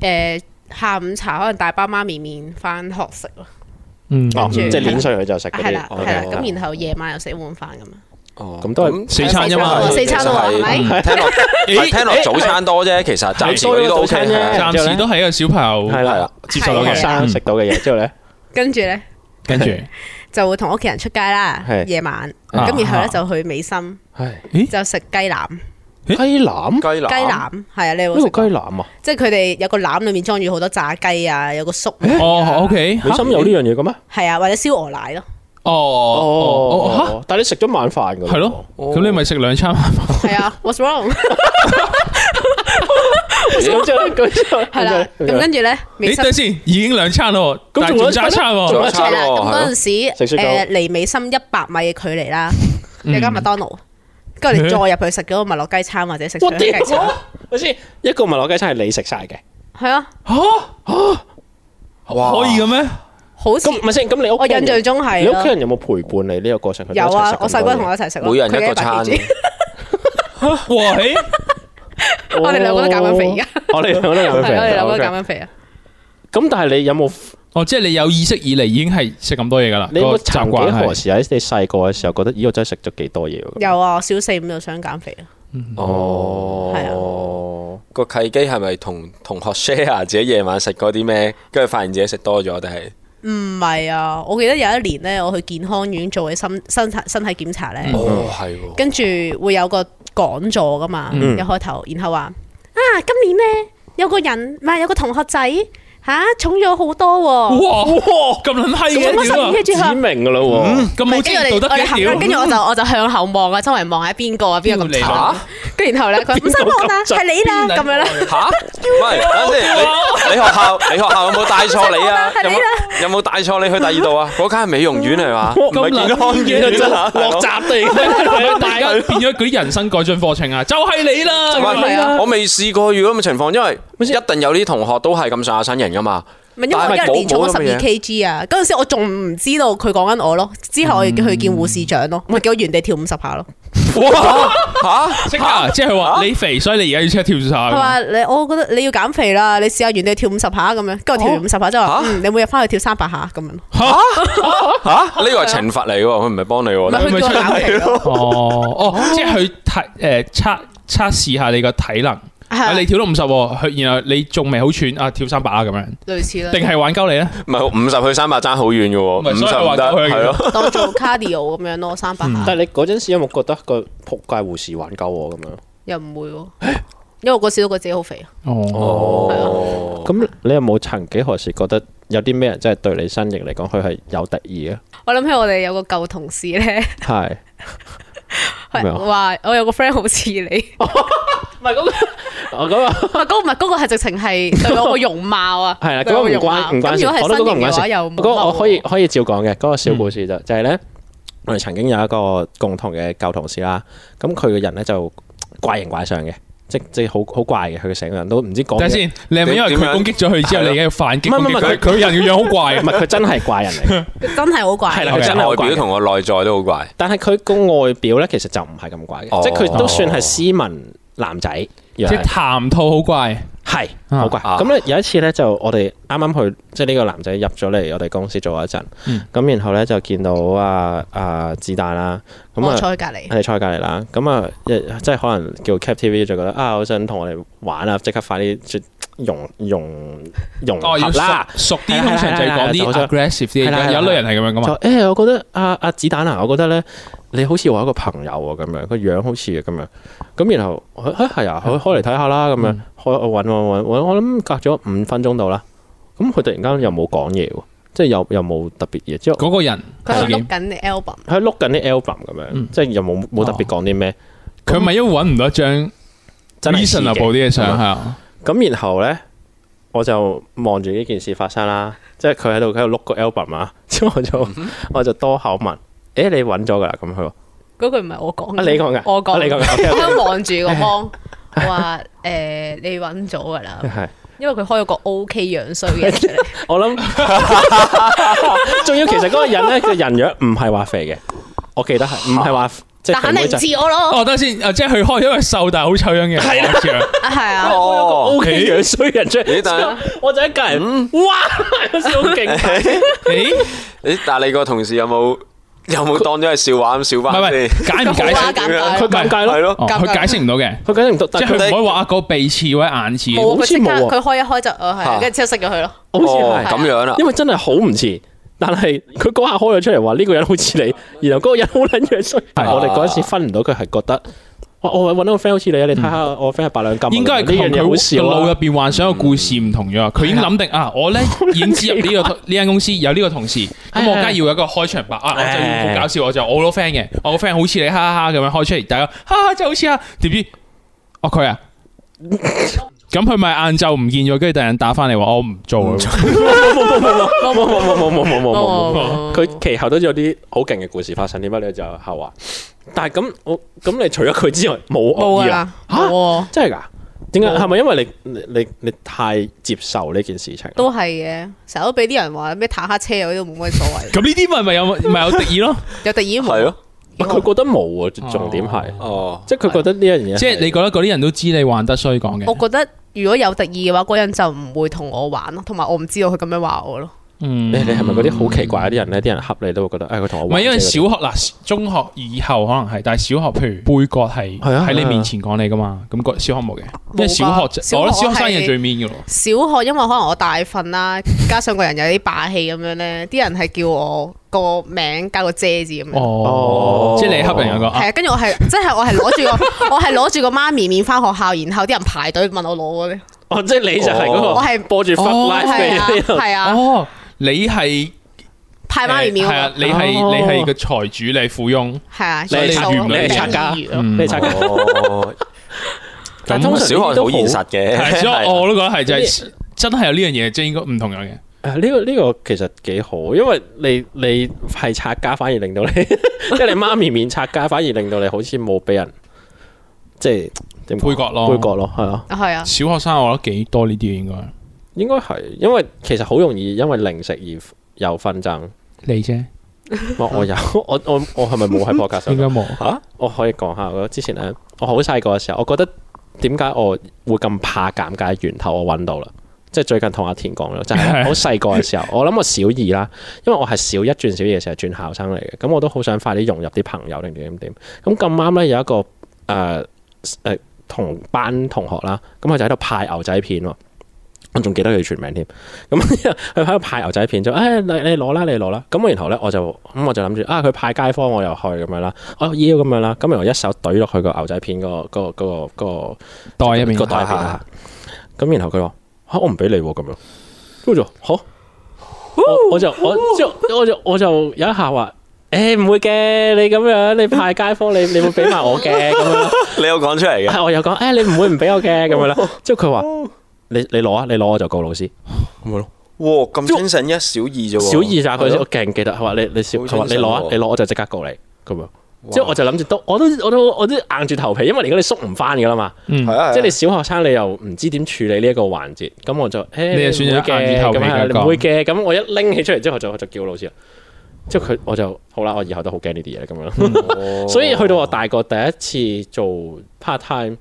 Speaker 2: 誒下午茶可能大包媽咪麵翻學食咯，
Speaker 3: 嗯，
Speaker 1: 哦，
Speaker 2: 住
Speaker 1: 即係碾碎佢就食嗰啲
Speaker 2: 係
Speaker 1: 哦
Speaker 2: 啦。
Speaker 1: OK，
Speaker 2: 係啦，
Speaker 1: OK
Speaker 2: 咁然後夜晚又食一碗飯咁樣。
Speaker 4: 哦
Speaker 1: 咁都係
Speaker 3: 四餐啫嘛
Speaker 2: 四餐咯係咪
Speaker 4: 嗯聽落
Speaker 3: 咦
Speaker 4: 聽落早餐多啫，其實暫時嗰啲都
Speaker 1: 係多咗早
Speaker 4: OK
Speaker 1: 餐啫嗯
Speaker 4: 係啊
Speaker 3: 暫時都係一個小朋友
Speaker 1: 係
Speaker 4: 係
Speaker 1: 啦
Speaker 4: 啦。
Speaker 3: 接受到
Speaker 1: 學
Speaker 2: 係
Speaker 3: 嘅嗯
Speaker 2: 啊。
Speaker 1: 生食到嘅嘢之後咧，
Speaker 2: 跟住咧
Speaker 3: 跟住，
Speaker 2: 就會同屋企人出街啦，
Speaker 1: 係
Speaker 2: 夜晚
Speaker 3: 啊
Speaker 2: 咁然後咧就去美心
Speaker 1: 係
Speaker 2: 就食雞腩，
Speaker 1: 雞腩，
Speaker 4: 雞
Speaker 2: 雞
Speaker 4: 腩
Speaker 2: 腩係啊，你有冇
Speaker 1: 呢個
Speaker 2: 食過？
Speaker 1: 雞腩啊，
Speaker 2: 即係佢哋有個腩裡面裝住好多炸雞啊，有個粟
Speaker 1: 嗯
Speaker 2: 米
Speaker 3: 哦，OK，
Speaker 1: 你心有呢樣嘢嘅咩？
Speaker 2: 係啊，或者燒鵝 奶咯，
Speaker 3: 哦哦哦，
Speaker 1: 但係你食咗晚飯㗎
Speaker 3: 嚇
Speaker 1: 喎
Speaker 3: 係咯，
Speaker 4: 哦
Speaker 3: 咁你咪食兩餐
Speaker 2: 係啊，What's wrong？
Speaker 1: 咁之後咧，咁之後
Speaker 2: 係啦，咁跟住咧美
Speaker 3: 你
Speaker 2: 心
Speaker 3: 等。先，已經兩餐咯，
Speaker 1: 咁
Speaker 3: 但係
Speaker 1: 仲有
Speaker 3: 仲
Speaker 1: 一餐
Speaker 3: 差
Speaker 1: 呢
Speaker 3: 一餐
Speaker 4: 仲有
Speaker 3: 喎。
Speaker 4: 一餐
Speaker 2: 係啦，
Speaker 4: 喎
Speaker 2: 咁嗰陣
Speaker 1: 食
Speaker 2: 時
Speaker 1: 雪糕嗯
Speaker 2: 誒離美心一百米嘅距離啦，有間麥當勞，跟住你再入去食嗰個麥樂雞餐或者食
Speaker 1: 我
Speaker 2: 雙
Speaker 1: 屌
Speaker 2: 雞餐，，
Speaker 1: 咪先一個麥樂雞餐係你食晒嘅，
Speaker 2: 係啊，
Speaker 4: 哇
Speaker 3: 可以 嘅咩？
Speaker 2: 好似
Speaker 1: 咁咪先，咁你
Speaker 2: 我
Speaker 1: 屋企人
Speaker 2: 印象中係
Speaker 1: 你屋企
Speaker 2: 咯，
Speaker 1: 人有冇陪伴你呢個過程？佢哋一齊
Speaker 2: 有啊
Speaker 1: 食，咁
Speaker 2: 我細
Speaker 1: 多
Speaker 2: 個
Speaker 1: 嘢哦
Speaker 2: 同我一齊食咯，
Speaker 4: 每人一
Speaker 2: 佢
Speaker 4: 個
Speaker 2: 嘅100
Speaker 4: 餐
Speaker 2: kg
Speaker 3: 哇，嘿
Speaker 2: 我哋兩個都減緊肥而家，
Speaker 1: 哦 我哋兩個都減緊
Speaker 2: 係
Speaker 1: 肥，
Speaker 2: 我哋兩個都減
Speaker 1: OK
Speaker 2: 緊肥啊，
Speaker 1: 咁但係你有冇？
Speaker 3: 哦，即係你有意識以嚟已經係食咁多嘢㗎啦，
Speaker 1: 你有
Speaker 3: 個
Speaker 1: 冇
Speaker 3: 習
Speaker 1: 曾
Speaker 3: 慣
Speaker 1: 幾何
Speaker 3: 係。
Speaker 1: 時喺你細個嘅時候覺得，咦，我真係食咗幾多嘢喎？
Speaker 2: 有啊，我小四五就想減肥啊，
Speaker 1: 哦，
Speaker 2: 係啊
Speaker 4: 個契機係咪同同學 share 啊自己夜晚食嗰啲咩，跟住發現自己食多咗，定係
Speaker 2: 唔係啊，我記得有一年咧，我去健康院做嘅身身體身體檢查咧。
Speaker 1: 嗯
Speaker 4: 哦係喎。
Speaker 2: 跟住會有個講座
Speaker 3: 嗯
Speaker 2: 噶嘛，一開頭，然後話啊，今年呢，有個人唔係有個同學仔吓重咗好多喎。
Speaker 3: 哇咁撚閪嘅
Speaker 2: 咁
Speaker 3: 屌啊
Speaker 2: 乜！
Speaker 1: 指明噶啦喎，
Speaker 3: 咁冇職業道德
Speaker 2: 我哋
Speaker 3: 嘅
Speaker 2: 行啦
Speaker 3: 屌，
Speaker 2: 跟住我就我就向後望啊，周圍望下邊個啊，邊個咁
Speaker 3: 屌你
Speaker 2: 醜
Speaker 3: 老母
Speaker 2: 啊？跟住然後咧，佢話唔使望啦，係你啦咁樣啦。
Speaker 4: 吓？唔係，等陣先，你你學校你學校有冇帶錯你啊？有冇有冇帶錯你去第二度啊？嗰間係美容院係嘛？唔係健康院
Speaker 1: 真
Speaker 4: 啊！
Speaker 1: 係落閘地。
Speaker 3: 大家變咗嗰啲人生改進課程啊，就係你啦。
Speaker 4: 唔
Speaker 2: 係啊
Speaker 4: 係，我未試過遇到咁嘅情況，因為一定有啲同學都係咁上下身型噶嘛。
Speaker 2: 唔係因為我一年重咗十二 kg 啊，嗰陣時我仲唔知道佢講緊我咯。之後我去見護士長
Speaker 3: 嗯
Speaker 2: 咯，咪叫我原地跳五十下咯。
Speaker 4: 哇！嚇！
Speaker 3: 即刻啊即係話你肥，所以你而家要即刻跳晒
Speaker 2: 佢
Speaker 3: 啊。
Speaker 2: 話你，我覺得你要減肥啦，你試下原地跳五十下咁樣，跟住
Speaker 1: 哦
Speaker 2: 我跳完五十下之後，
Speaker 4: 嚇
Speaker 2: 嗯，你每日翻去跳三百下咁樣咯。
Speaker 4: 嚇！呢個
Speaker 3: à?
Speaker 4: 係懲罰嚟喎，佢唔係幫你
Speaker 2: 唔
Speaker 4: 喎。
Speaker 2: 係佢叫
Speaker 1: 啊
Speaker 2: 我減肥咯，
Speaker 3: 哦哦，即係佢睇誒測測試下你個體能。
Speaker 2: 係
Speaker 3: 啊
Speaker 2: 啊
Speaker 3: 你跳到五十喎，佢然後你仲未好喘啊，跳三百啊咁樣，
Speaker 2: 類似啦，
Speaker 3: 定係玩鳩你咧？啊
Speaker 4: 唔係五十去三百爭好遠嘅
Speaker 3: 唔係
Speaker 4: 喎，五
Speaker 3: 所以
Speaker 4: 十
Speaker 3: 話
Speaker 4: 唔得
Speaker 3: 佢
Speaker 4: 係咯。
Speaker 2: 當做 cardio 咁樣咯，三百下
Speaker 1: 但係你嗰陣時有冇覺得個仆街護士玩鳩我咁樣？
Speaker 2: 又唔會喎，因為我嗰時都覺得自己好肥啊。
Speaker 3: 哦，
Speaker 4: 哦，
Speaker 1: 咁你有冇曾幾何時覺得有啲咩人真係對你身形嚟講，佢係有敵意啊？
Speaker 2: 我諗起我哋有個舊同事咧，
Speaker 1: 係 咩啊
Speaker 2: 話我有個 friend 好似你，
Speaker 1: 我咁啊，
Speaker 2: 唔係嗰個唔係嗰個係直情係對我個容貌啊，
Speaker 1: 係啦，嗰個
Speaker 2: 對
Speaker 1: 唔
Speaker 2: 我個容貌
Speaker 1: 關唔關事，
Speaker 2: 咁
Speaker 1: 我
Speaker 2: 如
Speaker 1: 都
Speaker 2: 果
Speaker 1: 嗰
Speaker 2: 係
Speaker 1: 啊個唔關
Speaker 2: 身形嘅話
Speaker 1: 事。
Speaker 2: 又冇
Speaker 1: 嗰個我
Speaker 2: 乜
Speaker 1: 可以
Speaker 2: 喎嗯
Speaker 1: 可以照講嘅，嗰個小故事就就係咧，我哋曾經有一個共同嘅舊同事啦，咁佢個人咧就怪形怪相嘅，即即好好怪嘅，佢成個人都唔知講
Speaker 3: 等下
Speaker 1: 嘢。
Speaker 3: 先，你係咪因為佢攻擊咗佢之後，你而家要反擊攻擊
Speaker 1: 唔係唔係
Speaker 3: 佢？佢人嘅樣好怪
Speaker 1: 唔係佢真係怪人嚟嘅，
Speaker 2: 真係好怪。
Speaker 1: 係啦，
Speaker 3: OK
Speaker 1: 佢真係好
Speaker 4: 外
Speaker 1: 怪
Speaker 4: 表
Speaker 1: 嘅。
Speaker 4: 同
Speaker 3: à?
Speaker 4: 我內在都好怪。
Speaker 1: 但係佢個外表咧，其實就唔係咁怪
Speaker 4: 哦
Speaker 1: 嘅，即係佢都算係斯文男仔樣
Speaker 3: 即係談吐好怪。
Speaker 1: 係
Speaker 3: 啊
Speaker 1: 好怪。
Speaker 4: 啊
Speaker 1: 咁咧有一次咧，就我哋啱啱去，即係呢個男仔入咗嚟我哋公司做咗一陣
Speaker 3: 嗯，
Speaker 1: 咁然後咧就見到啊啊子彈啦，咁
Speaker 2: 我
Speaker 1: 啊
Speaker 2: 坐佢隔離。
Speaker 1: 係坐喺隔離啦，咁啊一即係可能叫 cap TV 就覺得啊，我想同我哋玩啊，即刻快啲即融融融
Speaker 3: 哦，
Speaker 1: 合
Speaker 3: 要
Speaker 1: 啦。
Speaker 3: 熟熟啲，通常就係
Speaker 1: 係啦係啦係
Speaker 3: 講
Speaker 1: 啦就好
Speaker 3: 啲
Speaker 1: 想
Speaker 3: aggressive 啲
Speaker 1: 係啦係
Speaker 3: 嘅，
Speaker 1: 啦
Speaker 3: 有一類人係咁樣
Speaker 1: 就
Speaker 3: 噶啊嘛。
Speaker 1: 誒、我覺得阿阿子彈啊，我覺得咧，你好似我一個朋友喎，咁樣個樣好似嘅咁樣，咁然後誒係、啊，
Speaker 3: 嗯
Speaker 1: 開開嚟睇下啦，咁樣開我揾揾揾揾，我諗隔咗五分鐘到啦，咁佢突然間又冇講嘢喎，即係又又冇特別嘢，之後
Speaker 3: 嗰個人
Speaker 2: 佢喺
Speaker 3: 究
Speaker 2: 度
Speaker 3: 竟
Speaker 2: 碌緊你 album，
Speaker 1: 佢碌緊啲 album 咁樣，
Speaker 3: 嗯哦
Speaker 1: 即係又冇冇特別講啲咩，
Speaker 3: 佢咪因為揾唔到一張
Speaker 1: 真係似嘅
Speaker 3: reasonable 啲嘅相係啊？
Speaker 1: 咁然後咧，我就望住呢件事發生啦，即係佢喺度喺度碌個 album 啊，之後我就
Speaker 3: 嗯
Speaker 1: 我就多口問，誒、你揾咗㗎啦，咁佢話
Speaker 2: 嗰句唔係我講嘅，
Speaker 1: 啊你講嘅
Speaker 2: 我講，
Speaker 1: 啊你講 嘅
Speaker 2: 我啱望住個芒， 我話誒你揾咗㗎啦，
Speaker 1: 係。
Speaker 2: 因為佢開咗個 OK 樣衰嘅人 出嚟，
Speaker 1: 我諗，仲要其實嗰個人咧，佢人樣唔係話肥嘅，我記得係唔係話即係
Speaker 2: 但
Speaker 1: 肥
Speaker 2: 肯定
Speaker 1: 妹
Speaker 2: 唔
Speaker 1: 仔。
Speaker 2: 似我咯，
Speaker 3: 哦，等下先，啊即係佢開咗個瘦但係好醜樣嘅人開始啊。
Speaker 2: 啊係啊，
Speaker 4: 哦
Speaker 1: O K 樣衰人出嚟，
Speaker 4: 咦但係
Speaker 1: 之後我就喺隔人，哇，好似好勁，
Speaker 3: 誒，
Speaker 4: 咦？但係你個同事有冇有冇當咗係笑話咁 笑
Speaker 3: 唔係唔
Speaker 4: 翻
Speaker 3: 係
Speaker 4: 先？
Speaker 3: 解唔解
Speaker 2: 好啦尷
Speaker 3: 釋？
Speaker 4: 點
Speaker 2: 尬
Speaker 4: 樣
Speaker 1: 佢尷尬咯
Speaker 4: 係，咯，
Speaker 3: 哦
Speaker 2: 尷尬
Speaker 3: 佢解釋唔到嘅，
Speaker 1: 佢梗係唔得，
Speaker 3: 即
Speaker 1: 但
Speaker 3: 係佢
Speaker 1: 係
Speaker 3: 唔可以話啊個鼻刺或者眼刺。
Speaker 2: 冇佢即刻
Speaker 1: 好似冇
Speaker 2: 佢
Speaker 1: 啊
Speaker 2: 開一開就哦係，
Speaker 4: 嚇
Speaker 2: 跟住之後熄咗佢咯，
Speaker 1: 好似係
Speaker 4: 哦咁樣啦。
Speaker 1: 因為真係好唔似。但係佢嗰下開咗出嚟話呢個人好似你，然後嗰個人好撚樣衰。
Speaker 3: 係
Speaker 1: 我哋嗰陣時分唔到，佢係覺得哇，我揾到個 friend 好似你啊！你睇下我 friend 係白兩金啊，
Speaker 3: 應該係
Speaker 1: 呢樣
Speaker 3: 同佢
Speaker 1: 嘢好笑
Speaker 3: 個腦入
Speaker 1: 啊！
Speaker 3: 邊幻想嘅故事唔同咗，佢已經諗定啊，我咧已經知入呢個呢間公司有呢個同事，咁我梗係要有一個開場白啊，我就要好搞笑，我就我個 friend 嘅，我個 friend 好似你哈哈哈咁樣開出嚟，大家哈哈就好似啊，點知哦佢啊，咁佢咪晏晝唔見咗，跟住突然打翻嚟話我唔做啊啦，
Speaker 1: 冇冇冇冇冇冇冇冇冇冇。
Speaker 2: 哦
Speaker 1: 佢其後都有啲好勁嘅故事發生，點解你就後話？但係咁我咁你除咗佢之外冇
Speaker 2: 冇
Speaker 1: 惡
Speaker 2: 㗎
Speaker 1: 意
Speaker 2: 啦
Speaker 1: 啊？，
Speaker 2: 冇喎
Speaker 1: 真係㗎？點解係咪因為你你你你太接受呢件事情？
Speaker 2: 都係嘅，成日都俾啲人話咩坦克車嗰啲都冇乜所 謂，
Speaker 3: 咁呢啲咪咪有咪有敵意咯，
Speaker 2: 有敵意冇
Speaker 4: 係咯，
Speaker 1: 唔係佢覺得冇啊，重點係
Speaker 4: 哦，
Speaker 1: 即係佢覺得呢樣嘢係，
Speaker 3: 即係你覺得嗰啲人都知你患得衰講
Speaker 2: 我
Speaker 3: 嘅，
Speaker 2: 覺得如果有敵意嘅話，嗰人就唔會同我玩咯，同埋我唔知道佢咁樣話我咯。
Speaker 3: 嗯
Speaker 1: 你你係咪嗰啲好奇怪嗰啲人咧？啲人恰你都會覺得誒佢同我
Speaker 3: 唔
Speaker 1: 玩
Speaker 3: 係因為
Speaker 1: 啫
Speaker 3: 小學嗱，中學以後可能係，但係小學譬如杯葛係
Speaker 1: 係啊
Speaker 3: 喺你
Speaker 1: 係啊
Speaker 3: 面前講你噶嘛，咁個小學冇嘅，因為
Speaker 2: 冇㗎
Speaker 3: 小學就
Speaker 2: 小
Speaker 3: 我覺得
Speaker 2: 學
Speaker 3: 小學生
Speaker 2: 係
Speaker 3: 係最 mean 嘅咯。
Speaker 2: 小學因為可能我大份啦， 加上個人有啲霸氣咁樣咧，啲人係叫我個名加個姐字咁樣。
Speaker 3: 哦
Speaker 1: 哦，
Speaker 3: 即係你恰人嗰個
Speaker 2: 係
Speaker 3: 啊，
Speaker 2: 啊，跟住 我 係，即係我係攞住個，我係攞住個媽咪面翻學校，然後啲人排隊問我攞嗰啲，
Speaker 1: 哦，即係你就係嗰個
Speaker 2: 我係
Speaker 1: 播住 f
Speaker 3: 哦
Speaker 1: u c k life
Speaker 3: 係
Speaker 1: 哎嘅呢度。
Speaker 2: 係啊，
Speaker 3: 哦，你係
Speaker 2: 派媽咪廟
Speaker 3: 係
Speaker 2: 啊
Speaker 3: 啊
Speaker 2: 嘛，，
Speaker 3: 你係
Speaker 1: 哦
Speaker 3: 你係個財主，你係富翁，嗯
Speaker 2: 係啊，
Speaker 1: 你係拆
Speaker 2: 做
Speaker 3: 原來
Speaker 1: 你係拆
Speaker 2: 餅
Speaker 1: 家，
Speaker 2: 魚 咯
Speaker 1: 你係拆家。
Speaker 4: 哦，
Speaker 1: 但通常
Speaker 4: 小
Speaker 1: 呢
Speaker 4: 學
Speaker 1: 啲
Speaker 4: 好
Speaker 1: 都
Speaker 4: 現實嘅，啊
Speaker 3: 係所以我都覺得係就
Speaker 1: 呢
Speaker 3: 係真係有呢樣嘢，即係應該唔同樣嘅。
Speaker 1: 啊！呢、個呢、個其實幾好，因為你你係拆家，反而令到你， 即係你媽咪面拆家，反而令到你好似冇俾人即係點講
Speaker 3: 配角咯
Speaker 1: 配角咯，係啊，
Speaker 2: 係啊，
Speaker 3: 小學生我覺得幾多呢啲嘢應該
Speaker 1: 應該係，因為其實好容易因為零食而有紛 爭。
Speaker 3: 你啫，應
Speaker 1: 我我有我我我係咪冇喺 podcast 上
Speaker 3: 該冇。
Speaker 1: 我可以講下，我之前咧，我好細個嘅時候，我覺得點解我會咁怕尷尬嘅源頭，我揾到啦。即係最近同阿田講啦，就係咧好細個嘅時候，我諗我小二啦，因為我係小一轉小二嘅時候轉校生嚟嘅，咁我都好想快啲融入啲朋友定點點點。咁咁啱咧有一個誒誒、呃呃同班同學啦，咁佢就喺度派牛仔片喎。我仲記得佢全名添，咁 佢喺度派牛仔片就，誒、哎、你你攞啦，你攞啦，咁然後咧我就咁我就諗住啊，佢派街坊我又去咁樣啦，我要哦咁樣啦，咁然後一手懟落去個牛仔片嗰、個嗰、個嗰、個
Speaker 3: 袋入面
Speaker 1: 個袋入邊啦。咁然後佢話嚇我唔俾你喎咁樣，跟住我就好，
Speaker 4: 哦
Speaker 1: 我我就我之後我就我就有一下話。誒唔會嘅，你咁樣你派街坊，你你會俾埋我嘅咁樣。
Speaker 4: 你有講出嚟 嘅，
Speaker 1: 係我又講，誒、你唔會唔俾我嘅咁樣
Speaker 4: 哦
Speaker 1: 啦。之後佢話：你你攞啊，你攞我就告老師。
Speaker 4: 哇咁清醒一小二啫喎，
Speaker 1: 小二咋佢，
Speaker 4: 係
Speaker 1: 我
Speaker 4: 咯
Speaker 1: 勁記得，佢話你你小，
Speaker 4: 好
Speaker 1: 佢話你
Speaker 4: 清
Speaker 1: 攞
Speaker 4: 楚
Speaker 1: 啊
Speaker 4: 喎，
Speaker 1: 你攞我就即刻告你咁樣。
Speaker 4: 哇
Speaker 1: 之後我就諗住都，我都我都我都硬住頭皮，因為而家你縮唔翻噶啦嘛。
Speaker 3: 嗯
Speaker 4: 係，啊，
Speaker 1: 即係你小學生，你又唔知點處理呢一個環節，咁我就誒，
Speaker 3: 你就
Speaker 1: 選
Speaker 3: 選擇硬住頭皮
Speaker 1: 咁啊
Speaker 3: 嗰
Speaker 1: 你
Speaker 3: 個
Speaker 1: 唔會嘅。咁我一拎起出嚟之後，就我就叫老師啦。之後佢我就好啦，我以後都好驚呢啲嘢咁樣。
Speaker 3: 嗯
Speaker 4: 你
Speaker 1: 所以去 到我大個第一次做 part time，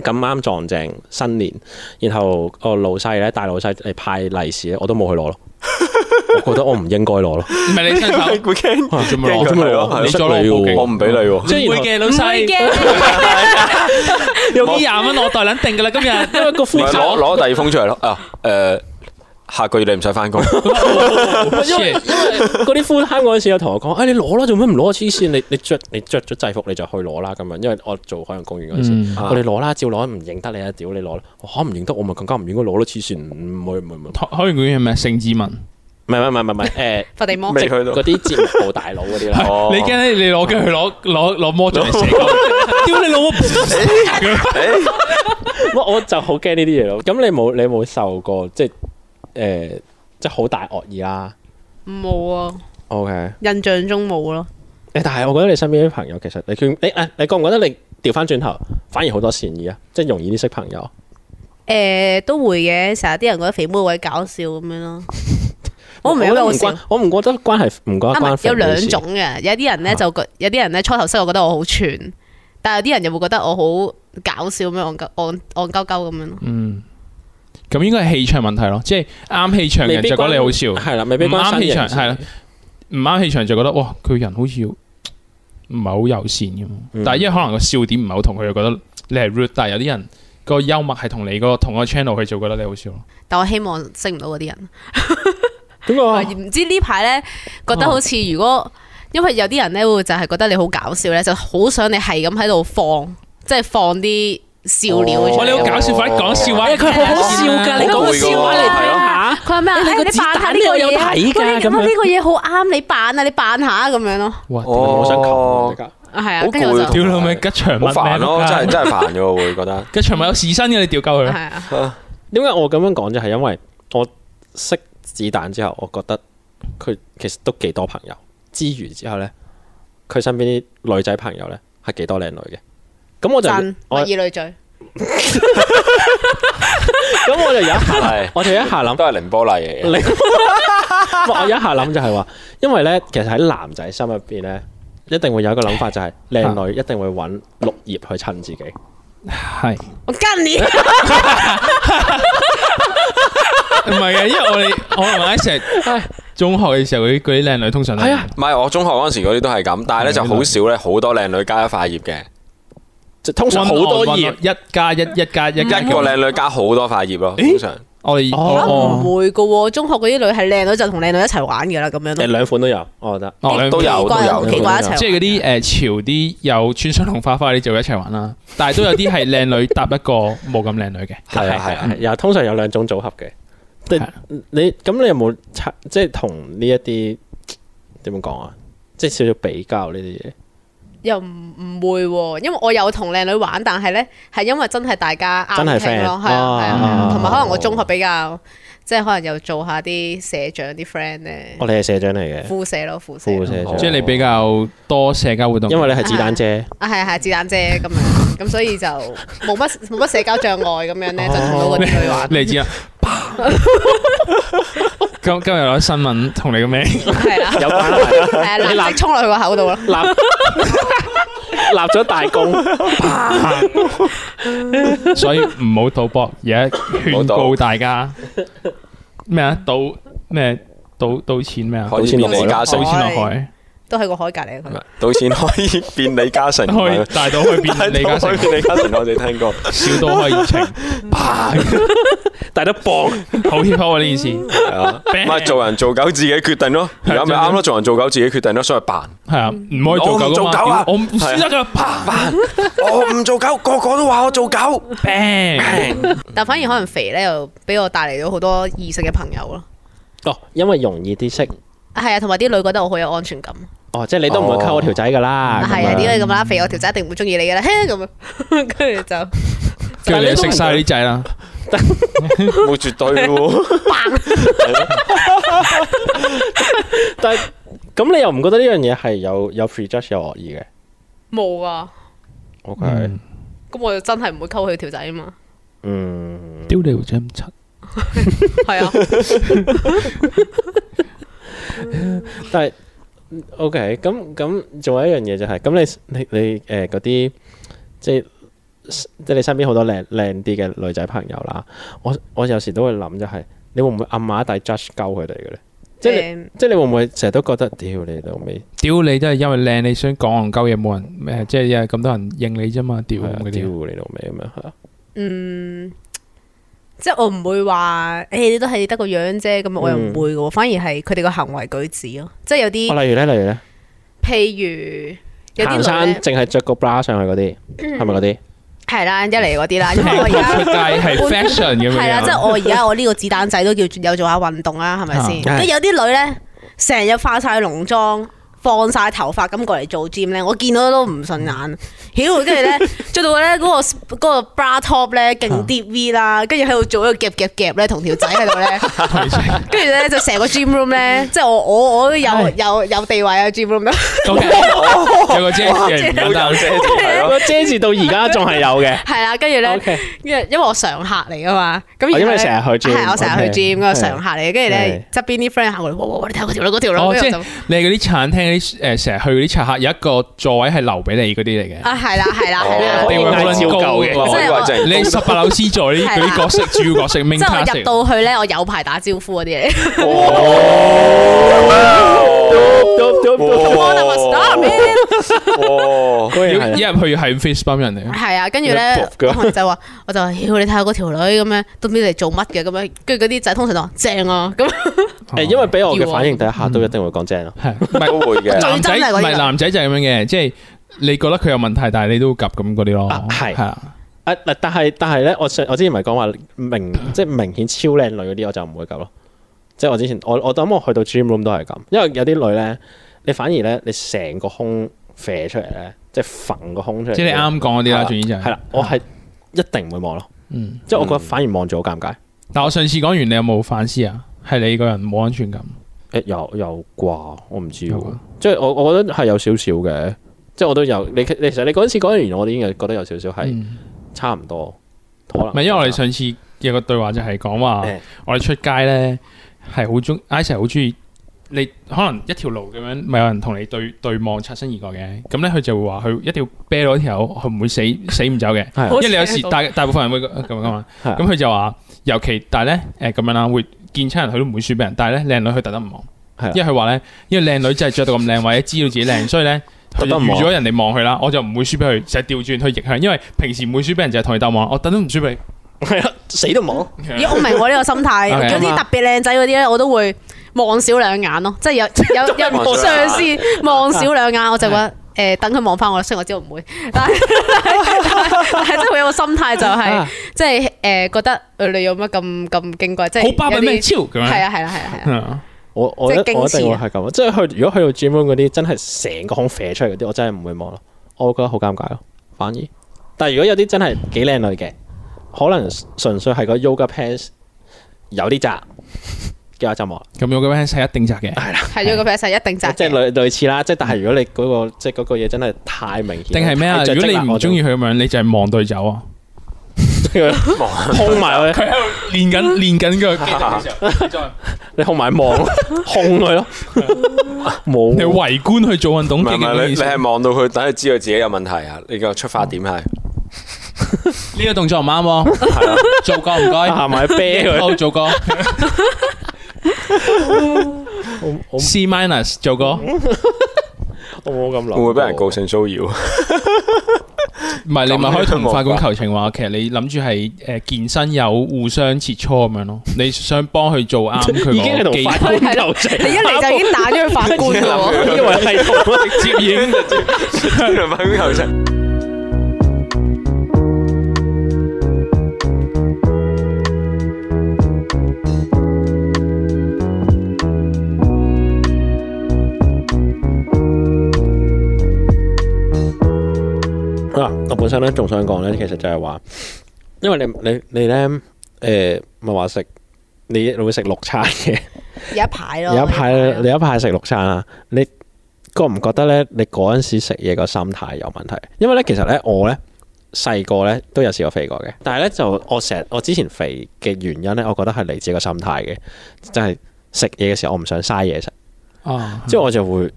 Speaker 1: 咁啱撞正新年，然後個老細咧大老細嚟派利是咧，我都冇去 攞咯。我覺得我唔應該攞咯，
Speaker 3: 唔係你親 手，
Speaker 4: 會驚，
Speaker 3: 做咩攞
Speaker 1: 我做咩攞
Speaker 4: 係咯
Speaker 3: 你再攞我報警
Speaker 4: 我唔俾啊你喎。
Speaker 1: 即係
Speaker 3: 唔會嘅老細， 有啲廿蚊我袋撚定㗎啦，今日。
Speaker 1: 因為個
Speaker 4: 唔
Speaker 1: 副
Speaker 4: 係
Speaker 1: 卡，
Speaker 4: 攞攞第二封出嚟咯啊！誒，下個月你唔使翻 工，
Speaker 1: 因為因為嗰啲 full time 嗰陣時有同我講，哎你攞啦，做咩唔攞啊？黐線，你你著你著咗制服你就去攞啦咁樣，因為我做海洋公園嗰陣時，我哋攞啦，照攞唔認得你啊，屌你攞啦，我嚇唔認得我咪更加唔應該攞咯，黐線，唔會唔會唔會，
Speaker 3: 海洋公園係咪盛志文？
Speaker 1: 唔係唔係唔係唔係 誒。
Speaker 2: 佛地魔
Speaker 4: 未
Speaker 1: 即
Speaker 4: 去到
Speaker 1: 嗰啲節目部大佬嗰啲啦，
Speaker 4: 哦
Speaker 3: 你驚咧？你攞嘅去攞攞攞魔杖嚟射鳩， 屌你老母！
Speaker 1: 我我就好驚呢啲嘢咯。咁你冇你冇受過即係誒、即係好大惡意啦。
Speaker 2: 冇啊，
Speaker 1: OK，誒，
Speaker 2: 印象中冇咯。
Speaker 1: 但係我覺得你身邊啲朋友其實你勸你誒，你覺唔覺得你調翻轉頭反而好多善意啊？即係容易啲識朋友。
Speaker 2: 誒都會嘅，成日啲人覺得肥妹位搞笑咁樣咯。我唔明
Speaker 1: 覺得
Speaker 2: 我
Speaker 1: 唔
Speaker 2: 笑
Speaker 1: 關，我唔覺得關係唔覺得
Speaker 2: 啊，唔
Speaker 1: 關
Speaker 2: 係有兩
Speaker 1: 肥妹事啊
Speaker 2: 種嘅，有啲人咧就覺，有啲人咧初頭識我覺得我好串，但係有啲人又會覺得我好搞笑咁樣，戇鳩戇戇鳩鳩咁樣咯。
Speaker 3: 嗯，咁應該係氣場問題咯，即係啱氣場嘅
Speaker 1: 未
Speaker 3: 人
Speaker 1: 必
Speaker 3: 就覺得你好笑，
Speaker 1: 係啦，未必
Speaker 3: 唔
Speaker 1: 關
Speaker 3: 啱
Speaker 1: 身
Speaker 3: 氣場
Speaker 1: 形事
Speaker 3: 係啦，唔啱氣場就覺得哇佢人好似唔係好友善咁，
Speaker 1: 嗯
Speaker 3: 但係因為可能個笑點唔係好同，佢就覺得你係 rude，但係有啲人個幽默係同你個同個 channel，佢就覺得你好笑咯。
Speaker 2: 但我希望識唔到嗰啲人。
Speaker 1: 點
Speaker 2: 我
Speaker 1: 啊？
Speaker 2: 唔知呢排咧覺得好似如果，因為有啲人咧會就係覺得你好搞笑咧，就好想你係咁喺度放，即係放啲笑料
Speaker 4: 哦
Speaker 2: 出
Speaker 3: 哇！你好
Speaker 2: 嚟。
Speaker 3: 搞笑，快啲講笑話。
Speaker 1: 佢好好笑㗎，你講個
Speaker 4: 好攰㗎
Speaker 1: 笑話嚟睇下。
Speaker 2: 佢話咩啊？
Speaker 1: 你
Speaker 2: 哎
Speaker 1: 個
Speaker 2: 你
Speaker 1: 子
Speaker 2: 扮下
Speaker 1: 彈
Speaker 2: 呢
Speaker 1: 呢個
Speaker 2: 個
Speaker 1: 有
Speaker 2: 嘢
Speaker 1: 睇
Speaker 2: 啊，
Speaker 1: 㗎
Speaker 2: 喂你
Speaker 1: 咁
Speaker 2: 咁
Speaker 1: 樣
Speaker 2: 呢個嘢好啱你扮啊，你扮下咁樣咯。
Speaker 3: 哇！
Speaker 1: 我想求
Speaker 4: 哦
Speaker 1: 其，得
Speaker 2: 啊，係啊，
Speaker 4: 好
Speaker 2: 跟住我
Speaker 4: 攰
Speaker 2: 就
Speaker 3: 屌你老味，吉祥物
Speaker 4: 好
Speaker 3: 咩
Speaker 4: 煩 咯，真係
Speaker 3: 係
Speaker 4: 真係煩嘅喎，會覺 得
Speaker 3: 吉祥物有時身嘅，你屌鳩佢。
Speaker 2: 係啊，
Speaker 1: 點解我咁樣講就係因為我識子彈之後，我覺得佢其實都幾多朋友。之餘之後咧，佢身邊啲女仔朋友咧係幾多靚女嘅。咁我就
Speaker 2: 真物
Speaker 1: 我
Speaker 2: 以類聚，
Speaker 1: 咁我就有一下，
Speaker 4: 係
Speaker 1: 我就有一下諗，
Speaker 4: 都係凌波麗嚟嘅。
Speaker 1: 我有一下諗就係話，因為咧其實喺男仔心入邊咧，一定會有一個諗法就係、靚女一定會揾綠葉去襯自己。
Speaker 3: 係。
Speaker 2: 我跟你。
Speaker 4: 哦
Speaker 3: 唔係嘅，因為我哋我同埋一齊中學嘅時候，嗰啲嗰啲靚女通常都
Speaker 1: 係啊
Speaker 4: 唔係我中學嗰陣時嗰啲都係咁，但係咧就好少咧，好多靚女加一塊葉嘅，
Speaker 1: 即係通常好多葉，
Speaker 3: 一加一一加一加
Speaker 4: 一個靚女加好多塊葉咯，通常
Speaker 3: 我哋
Speaker 4: 哦
Speaker 2: 嚇
Speaker 3: 我我
Speaker 2: 唔會噶喎，中學嗰啲女係靚女就同靚女一齊玩噶啦，咁樣
Speaker 1: 誒
Speaker 2: 咯。
Speaker 1: 兩款都有，我覺得。
Speaker 3: 哦兩
Speaker 4: 都有
Speaker 2: 奇怪
Speaker 4: 都有
Speaker 2: 奇怪一齊玩。
Speaker 3: 即係嗰啲诶潮啲有穿上紅花花啲就會一齊玩啦，但係都有啲係靚女搭一個冇咁靚女嘅，
Speaker 1: 係啊係啊，有通常有兩種組合嘅。即
Speaker 3: 係啊
Speaker 1: 你咁你有冇測即係同呢一啲點樣講啊？即係少少比較呢啲嘢。
Speaker 2: 又唔唔會喎，因為我有同靚女玩，但係咧係因為真係大家啱
Speaker 1: 真係
Speaker 2: 傾咯，
Speaker 1: friend
Speaker 2: 係啊係啊
Speaker 1: 哦，
Speaker 2: 同埋可能我中學比較即係可能又做下啲社長啲 friend 咧，
Speaker 1: 我哋係社長嚟嘅，
Speaker 2: 副社咯副社
Speaker 1: 副
Speaker 2: 咯，
Speaker 1: 社長。
Speaker 3: 即係你比較多社交活動，
Speaker 1: 因為你係子彈姐，
Speaker 2: 啊係啊係啊子彈姐咁樣，咁所以就冇乜冇乜社交障礙咁樣
Speaker 1: 哦
Speaker 2: 咧，就同到嗰啲女 玩，
Speaker 3: 你知啦。今今日有新聞同你嘅咩？
Speaker 2: 係啦，
Speaker 1: 有關係。
Speaker 2: 係啊，
Speaker 1: 你
Speaker 2: 藍
Speaker 1: 男
Speaker 2: 色衝落去個口度咯，
Speaker 1: 立立咗大功，
Speaker 3: 所以唔好賭博，而家勸告大家咩啊？賭咩？賭賭錢咩啊？
Speaker 4: 可以
Speaker 1: 賭錢落
Speaker 4: 變
Speaker 1: 海
Speaker 4: 李嘉
Speaker 3: 賭
Speaker 4: 誠，
Speaker 3: 錢落海，
Speaker 2: 都喺個海隔離咁樣。
Speaker 4: 賭錢可以變李嘉誠，唔
Speaker 3: 可以
Speaker 4: 係
Speaker 3: 大到去
Speaker 4: 大
Speaker 3: 變李嘉
Speaker 4: 到可以
Speaker 3: 誠，
Speaker 4: 變李嘉誠，我哋聽過。
Speaker 3: 小到可以情，
Speaker 1: 大得磅，
Speaker 3: 好 hip hop 啊呢件事。
Speaker 4: 係啊唔係做人做狗自己決定咯，而家咪啱咯，做人做狗自己決定咯，所以扮
Speaker 3: 系啊，唔可以做狗
Speaker 4: 我唔
Speaker 3: 噶
Speaker 4: 做
Speaker 3: 嘛，
Speaker 4: 狗啊
Speaker 3: 屌我唔輸得噶，啪
Speaker 4: 我唔做狗，個個都話我做狗，
Speaker 3: bang，
Speaker 2: 但反而可能肥咧，又俾我帶嚟咗好多異性嘅朋友咯。
Speaker 1: 哦，因為容易啲識，
Speaker 2: 係啊，同埋啲女覺得我好有安全感。
Speaker 1: 哦，即係你都唔會溝我條仔噶啦，
Speaker 2: 係
Speaker 1: 咁
Speaker 2: 啊，
Speaker 1: 樣
Speaker 2: 點解咁啦？肥我條仔一定唔會中意你嘅啦，嘿咁 樣，跟住就
Speaker 3: 叫你食晒啲仔啦，
Speaker 4: 冇絕對喎，
Speaker 1: 但係咁你又唔覺得呢樣嘢係有有 prejudge 有惡意嘅
Speaker 2: 冇啊。
Speaker 1: ？OK，
Speaker 3: 嗯
Speaker 2: 咁我就真係唔會溝佢條仔啊 嘛。
Speaker 1: 嗯，
Speaker 3: 屌你真七，
Speaker 2: 係啊，
Speaker 1: 但係嗯 OK，咁咁仲有一樣嘢就係，咁你你你誒嗰啲即係。即係你身邊好多靚靚啲嘅女仔朋友啦，我我有時都會諗就係、你會唔會暗馬底 judge 鳩佢哋嘅咧？即係你
Speaker 2: 誒
Speaker 1: 即係你會唔會成日都覺得屌你老味？
Speaker 3: 屌你都係因為靚你想講戇鳩嘢冇人，咩即係因為咁多人應你啫嘛，屌
Speaker 1: 係啊
Speaker 3: 嗰
Speaker 1: 屌
Speaker 3: 啲，
Speaker 1: 你老味咁樣係啊！
Speaker 2: 嗯，即係我唔會話，誒你都係得個樣啫，咁
Speaker 1: 嗯
Speaker 2: 我又唔會嘅喎。反而係佢哋個行為舉止咯，即係有
Speaker 1: 哦
Speaker 2: 啲
Speaker 1: 例如咧，例如咧，
Speaker 2: 譬如有
Speaker 1: 行
Speaker 2: 啲
Speaker 1: 山
Speaker 2: 女咧嗯
Speaker 1: 淨係着個 bra 上去嗰啲，係咪嗰啲？
Speaker 2: 係啦，一嚟嗰啲啦，因為我而
Speaker 3: 出街
Speaker 2: 家。
Speaker 3: 係 fashion 咁
Speaker 2: 係啊啦，即
Speaker 3: 樣
Speaker 2: 係我而家我呢個子彈仔都叫有做下運動啦，係咪先？
Speaker 1: 啊
Speaker 2: 跟住有啲女咧，成日化晒濃妝。放晒頭髮咁過嚟做 gym 咧，我見到都唔順眼。屌，跟住 咧着到咧嗰、個嗰個 bra top 咧
Speaker 3: 啊
Speaker 2: 勁 deep V 啦，跟住喺度做一個夾夾夾咧，同條仔喺度咧， 跟住咧就成個 gym room 咧，即係我我我都有
Speaker 3: 係
Speaker 2: 有有地位啊 gym room 都
Speaker 3: ，OK，有個姐姐唔
Speaker 4: 都
Speaker 3: 簡單
Speaker 4: 有，遮住係咯。
Speaker 1: 個遮字到而家仲係有嘅。
Speaker 2: 係啦，跟住咧
Speaker 1: O。K，
Speaker 2: 因為因為我常客嚟噶嘛，咁
Speaker 1: 哦
Speaker 2: 然後
Speaker 1: 因為
Speaker 2: 咧
Speaker 1: 成日去 gym，
Speaker 2: 係我成日
Speaker 1: OK，
Speaker 2: 去 gym 嗰個常客嚟嘅，跟住咧側邊啲 friend 行過嚟，哇哇哇！你睇嗰條女嗰條女，
Speaker 3: 哦，即
Speaker 2: 跟住我就
Speaker 3: 係你嗰啲餐廳嗰啲誒，成日去嗰啲茶客有一個座位係留俾你嗰啲嚟嘅，
Speaker 2: 啊 係啦係啦係
Speaker 4: 哦
Speaker 2: 啦，
Speaker 3: 地位好撚高嘅
Speaker 4: 我以為
Speaker 3: 你係
Speaker 4: 淨係
Speaker 3: 十八樓 C 座呢嗰啲角色主要角色 main
Speaker 2: 即係
Speaker 3: cast
Speaker 2: 我入
Speaker 3: 嚟嘅
Speaker 2: 到去咧，我有排打招呼嗰啲嚟，
Speaker 4: 哦
Speaker 1: 哦
Speaker 4: 哇哦哇
Speaker 1: 果
Speaker 3: 要
Speaker 1: 然
Speaker 3: 一
Speaker 1: 係
Speaker 3: 入去係 face bump 人嚟 嘅，
Speaker 2: 係啊，跟住
Speaker 1: 有
Speaker 2: 咧
Speaker 1: 啲
Speaker 2: 我
Speaker 1: book 㗎
Speaker 2: 朋友就話，我就話，妖你睇下嗰條女咁樣，都唔知嚟做乜嘅咁樣，跟住嗰啲仔通常就話正啊咁，
Speaker 1: 誒，因為俾我嘅反應第一下都一定會講正咯。
Speaker 3: 係唔 係
Speaker 4: 都會
Speaker 2: 最
Speaker 4: 嘅，
Speaker 3: 男仔
Speaker 2: 憎係嗰啲
Speaker 3: 唔係
Speaker 2: 人
Speaker 3: 男仔就係咁樣嘅，即係你覺得佢有問題，但係你都會夾咁嗰啲
Speaker 1: 啊
Speaker 3: 咯，
Speaker 1: 係
Speaker 3: 係啊，
Speaker 1: 啊嗱，但係但係咧，我上我之前咪講話明即係明顯超靚女嗰啲，我就唔會咁咯。即係我之前我我諗我去到 gym room 都係咁，因為有啲女咧，你反而咧你成個胸射出嚟咧，即係揈個胸出嚟。
Speaker 3: 即係你啱講嗰啲啦，
Speaker 1: 係
Speaker 3: 總之就
Speaker 1: 係啦，我係一定唔會望咯。
Speaker 3: 嗯。
Speaker 1: 即係我覺得反而望住好尷尬。
Speaker 3: 但我上次講完，你有冇反思啊？係你個人冇安全感，
Speaker 1: 誒有有啩，我唔知
Speaker 3: 有啊
Speaker 1: 喎
Speaker 3: 啩。
Speaker 1: 即係我我覺得係有少少嘅，即係我都有。你其你其實你嗰陣時講完，我哋已經覺得有少少係
Speaker 3: 嗯
Speaker 1: 差唔多，可能
Speaker 3: 唔係因為我哋上次有個對話就係講話
Speaker 1: 誒，
Speaker 3: 我哋出街咧係好中，I 成好中意你可能一條路咁樣，咪有人同你對對望擦身而過嘅，咁咧佢就會話佢一定要啤到一條友，佢唔會死死唔走嘅。
Speaker 1: 係啊
Speaker 2: 好
Speaker 3: 因為你有時
Speaker 2: 似喺度
Speaker 3: 大大部分人會 咁咁噶嘛，
Speaker 1: 係啊
Speaker 3: 咁佢就話，尤其但係咧誒咁樣啦，會見親人佢都唔會輸俾人，但係咧靚女佢特登唔
Speaker 1: 係啊
Speaker 3: 望，因為佢話咧，因為靚女真係着到咁靚，或者知道自己靚，所以咧佢
Speaker 1: 特
Speaker 3: 就
Speaker 1: 登
Speaker 3: 預
Speaker 1: 望
Speaker 3: 咗人哋望佢啦，我就唔會輸俾佢，就係調轉去逆向，因為平時唔會輸俾人就係同佢鬥望，我特登唔輸俾你，
Speaker 1: 系啊，死都冇。
Speaker 3: 啊
Speaker 2: 咦，我明我呢個心態，
Speaker 3: Okay
Speaker 2: 有啲特別靚仔嗰啲咧，我都會望少兩眼咯，即係有有有
Speaker 4: 望
Speaker 2: 有
Speaker 4: 少
Speaker 2: 嘗
Speaker 4: 兩
Speaker 2: 試望少兩眼，我就覺得誒等佢望翻我，雖然我知道唔會，但係但係即係會有個心態就係
Speaker 1: 啊
Speaker 2: 即係誒覺得呃你有乜咁咁矜貴，即係
Speaker 3: 好巴
Speaker 2: 有
Speaker 3: 閉
Speaker 2: 啲
Speaker 3: 咩超咁
Speaker 2: 係
Speaker 3: 樣
Speaker 2: 啊係啦係啦係啦，
Speaker 3: 啊
Speaker 1: 我我一
Speaker 2: 即
Speaker 1: 我一
Speaker 2: 係矜
Speaker 1: 定
Speaker 2: 持
Speaker 1: 會
Speaker 2: 啊
Speaker 1: 係咁，即係去如果去到 gym room 嗰啲真係成個胸啡出嚟嗰啲，我真係唔會望咯，我會覺得好尷尬咯，反而。但係如果有啲真係幾靚女嘅，可能純粹係個 yoga pants 有啲窄嘅話就望啦，
Speaker 3: 咁用嘅 van 係一定窄嘅，
Speaker 2: 係咗個 p a 一定扎
Speaker 1: 即係
Speaker 2: 嘅，
Speaker 1: 類類似啦。即係但係如果你嗰、個即係嗰個嘢真係太明顯，
Speaker 3: 定係咩啊？
Speaker 1: 太着
Speaker 3: 如果
Speaker 1: 跡啦
Speaker 3: 你 唔中意，佢咁樣，你就係望對走啊！
Speaker 1: 我就控 埋佢，
Speaker 3: 佢喺度練 緊練緊個肌肉嘅時候，你再
Speaker 1: 你控埋望， 控佢咯，冇
Speaker 3: 你圍觀去做運動，
Speaker 4: 唔
Speaker 3: 幾
Speaker 4: 係唔係，
Speaker 3: 勁
Speaker 4: 你你
Speaker 3: 呢
Speaker 4: 係望到佢，等佢知道自己有問題啊！你個出發點係
Speaker 3: 呢個動作唔啱喎，
Speaker 4: 係啊，
Speaker 3: 做過唔該，
Speaker 1: 下 埋啤佢
Speaker 3: 好做過
Speaker 1: 我我
Speaker 3: C minus 做過，唔
Speaker 1: 我冇咁諗，
Speaker 4: 會唔會俾人告性騷 擾？
Speaker 3: 係你咪可以同法官求情話，其實你諗住係誒健身有互相切磋咁樣咯，你想幫佢做啱佢
Speaker 1: 已經係
Speaker 3: 個
Speaker 1: 同
Speaker 3: 肌
Speaker 1: 法
Speaker 3: 肉，
Speaker 1: 官求情，
Speaker 2: 你一嚟 就已經打咗佢法官嘅喎。
Speaker 1: 因為係同
Speaker 3: 接應
Speaker 4: 法官求情，
Speaker 1: 啊，我本身咧仲想講咧，其實就係話，因為你你你咧，誒咪話食你你會食六餐 嘅，
Speaker 2: 有一排咯，
Speaker 1: 有一排
Speaker 2: 有
Speaker 1: 你有一排食六餐啦，你覺唔覺得咧？你嗰陣時食嘢個心態有問題？因為咧，其實咧我咧細個咧都有試過肥過嘅，但係咧就我成日我之前肥嘅原因咧，我覺得係嚟自一個心態嘅，就係食嘢嘅時候我唔想嘥嘢食，
Speaker 3: 啊！
Speaker 1: 之後我就會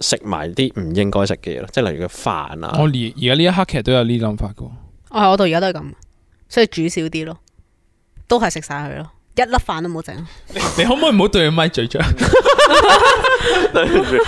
Speaker 1: 食埋啲唔應該食嘅嘢咯，即係例如個飯啊。
Speaker 3: 我而而家呢一刻其實都有呢諗法嘅喎，
Speaker 2: 我哦係我到而家都係咁，所以煮少啲咯，都係食晒佢咯，一粒飯都冇整。
Speaker 3: 你可唔可以唔好對住 咪嘴嘴？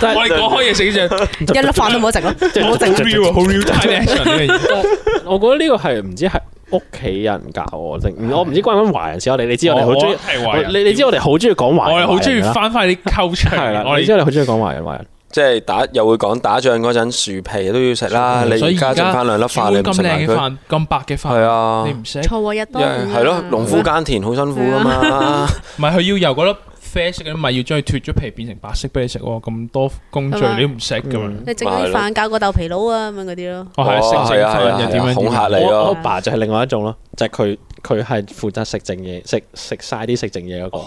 Speaker 1: 但係
Speaker 3: 我哋講開嘢食 嘅啫，
Speaker 2: 一粒飯都冇食咯，冇整
Speaker 3: 好 real 啊好 real time action 呢個嘢
Speaker 1: 我覺得呢個係唔知係屋企人教我定，我唔知關唔關華人事。我哋你知我哋好中意
Speaker 3: 我係華，人
Speaker 1: 我你你知我哋好中意講華
Speaker 3: 我
Speaker 1: 人，
Speaker 3: 哋好中意
Speaker 1: 翻
Speaker 3: 翻翻啲 culture，
Speaker 1: 係啦。
Speaker 3: 我
Speaker 1: 你知
Speaker 3: 哋
Speaker 1: 我哋好中意講華人華人，
Speaker 4: 即係打又會講打仗嗰陣樹皮都要食啦。你
Speaker 3: 所以
Speaker 4: 而家剩翻兩粒飯，你
Speaker 3: 煮碗
Speaker 4: 唔
Speaker 3: 咁
Speaker 4: 食埋
Speaker 3: 靚嘅
Speaker 4: 佢，
Speaker 3: 飯，咁白嘅飯，
Speaker 4: 係啊
Speaker 3: 你唔食，
Speaker 2: 錯過一
Speaker 4: 因
Speaker 2: 多
Speaker 4: 為
Speaker 2: 五
Speaker 4: 係咯
Speaker 2: 啊，
Speaker 4: 農夫耕田好辛苦 噶嘛。
Speaker 3: 唔係佢要由嗰粒啡色嘅米要將佢脱咗皮變成白色俾你食喎，咁多工序
Speaker 2: 係嘛
Speaker 3: 你都唔食咁樣，
Speaker 2: 你整啲飯搞個豆皮佬啊咁樣嗰啲咯，
Speaker 3: 哦係
Speaker 4: 哦
Speaker 3: 食剩
Speaker 4: 係啊係啊
Speaker 3: 飯又點
Speaker 4: 係啊
Speaker 3: 樣
Speaker 4: 恐嚇你
Speaker 3: 點樣
Speaker 1: 我
Speaker 4: 咯
Speaker 1: 我爸就係另外一種咯，就係佢佢係負責食剩嘢，食食晒啲食剩嘢嗰個，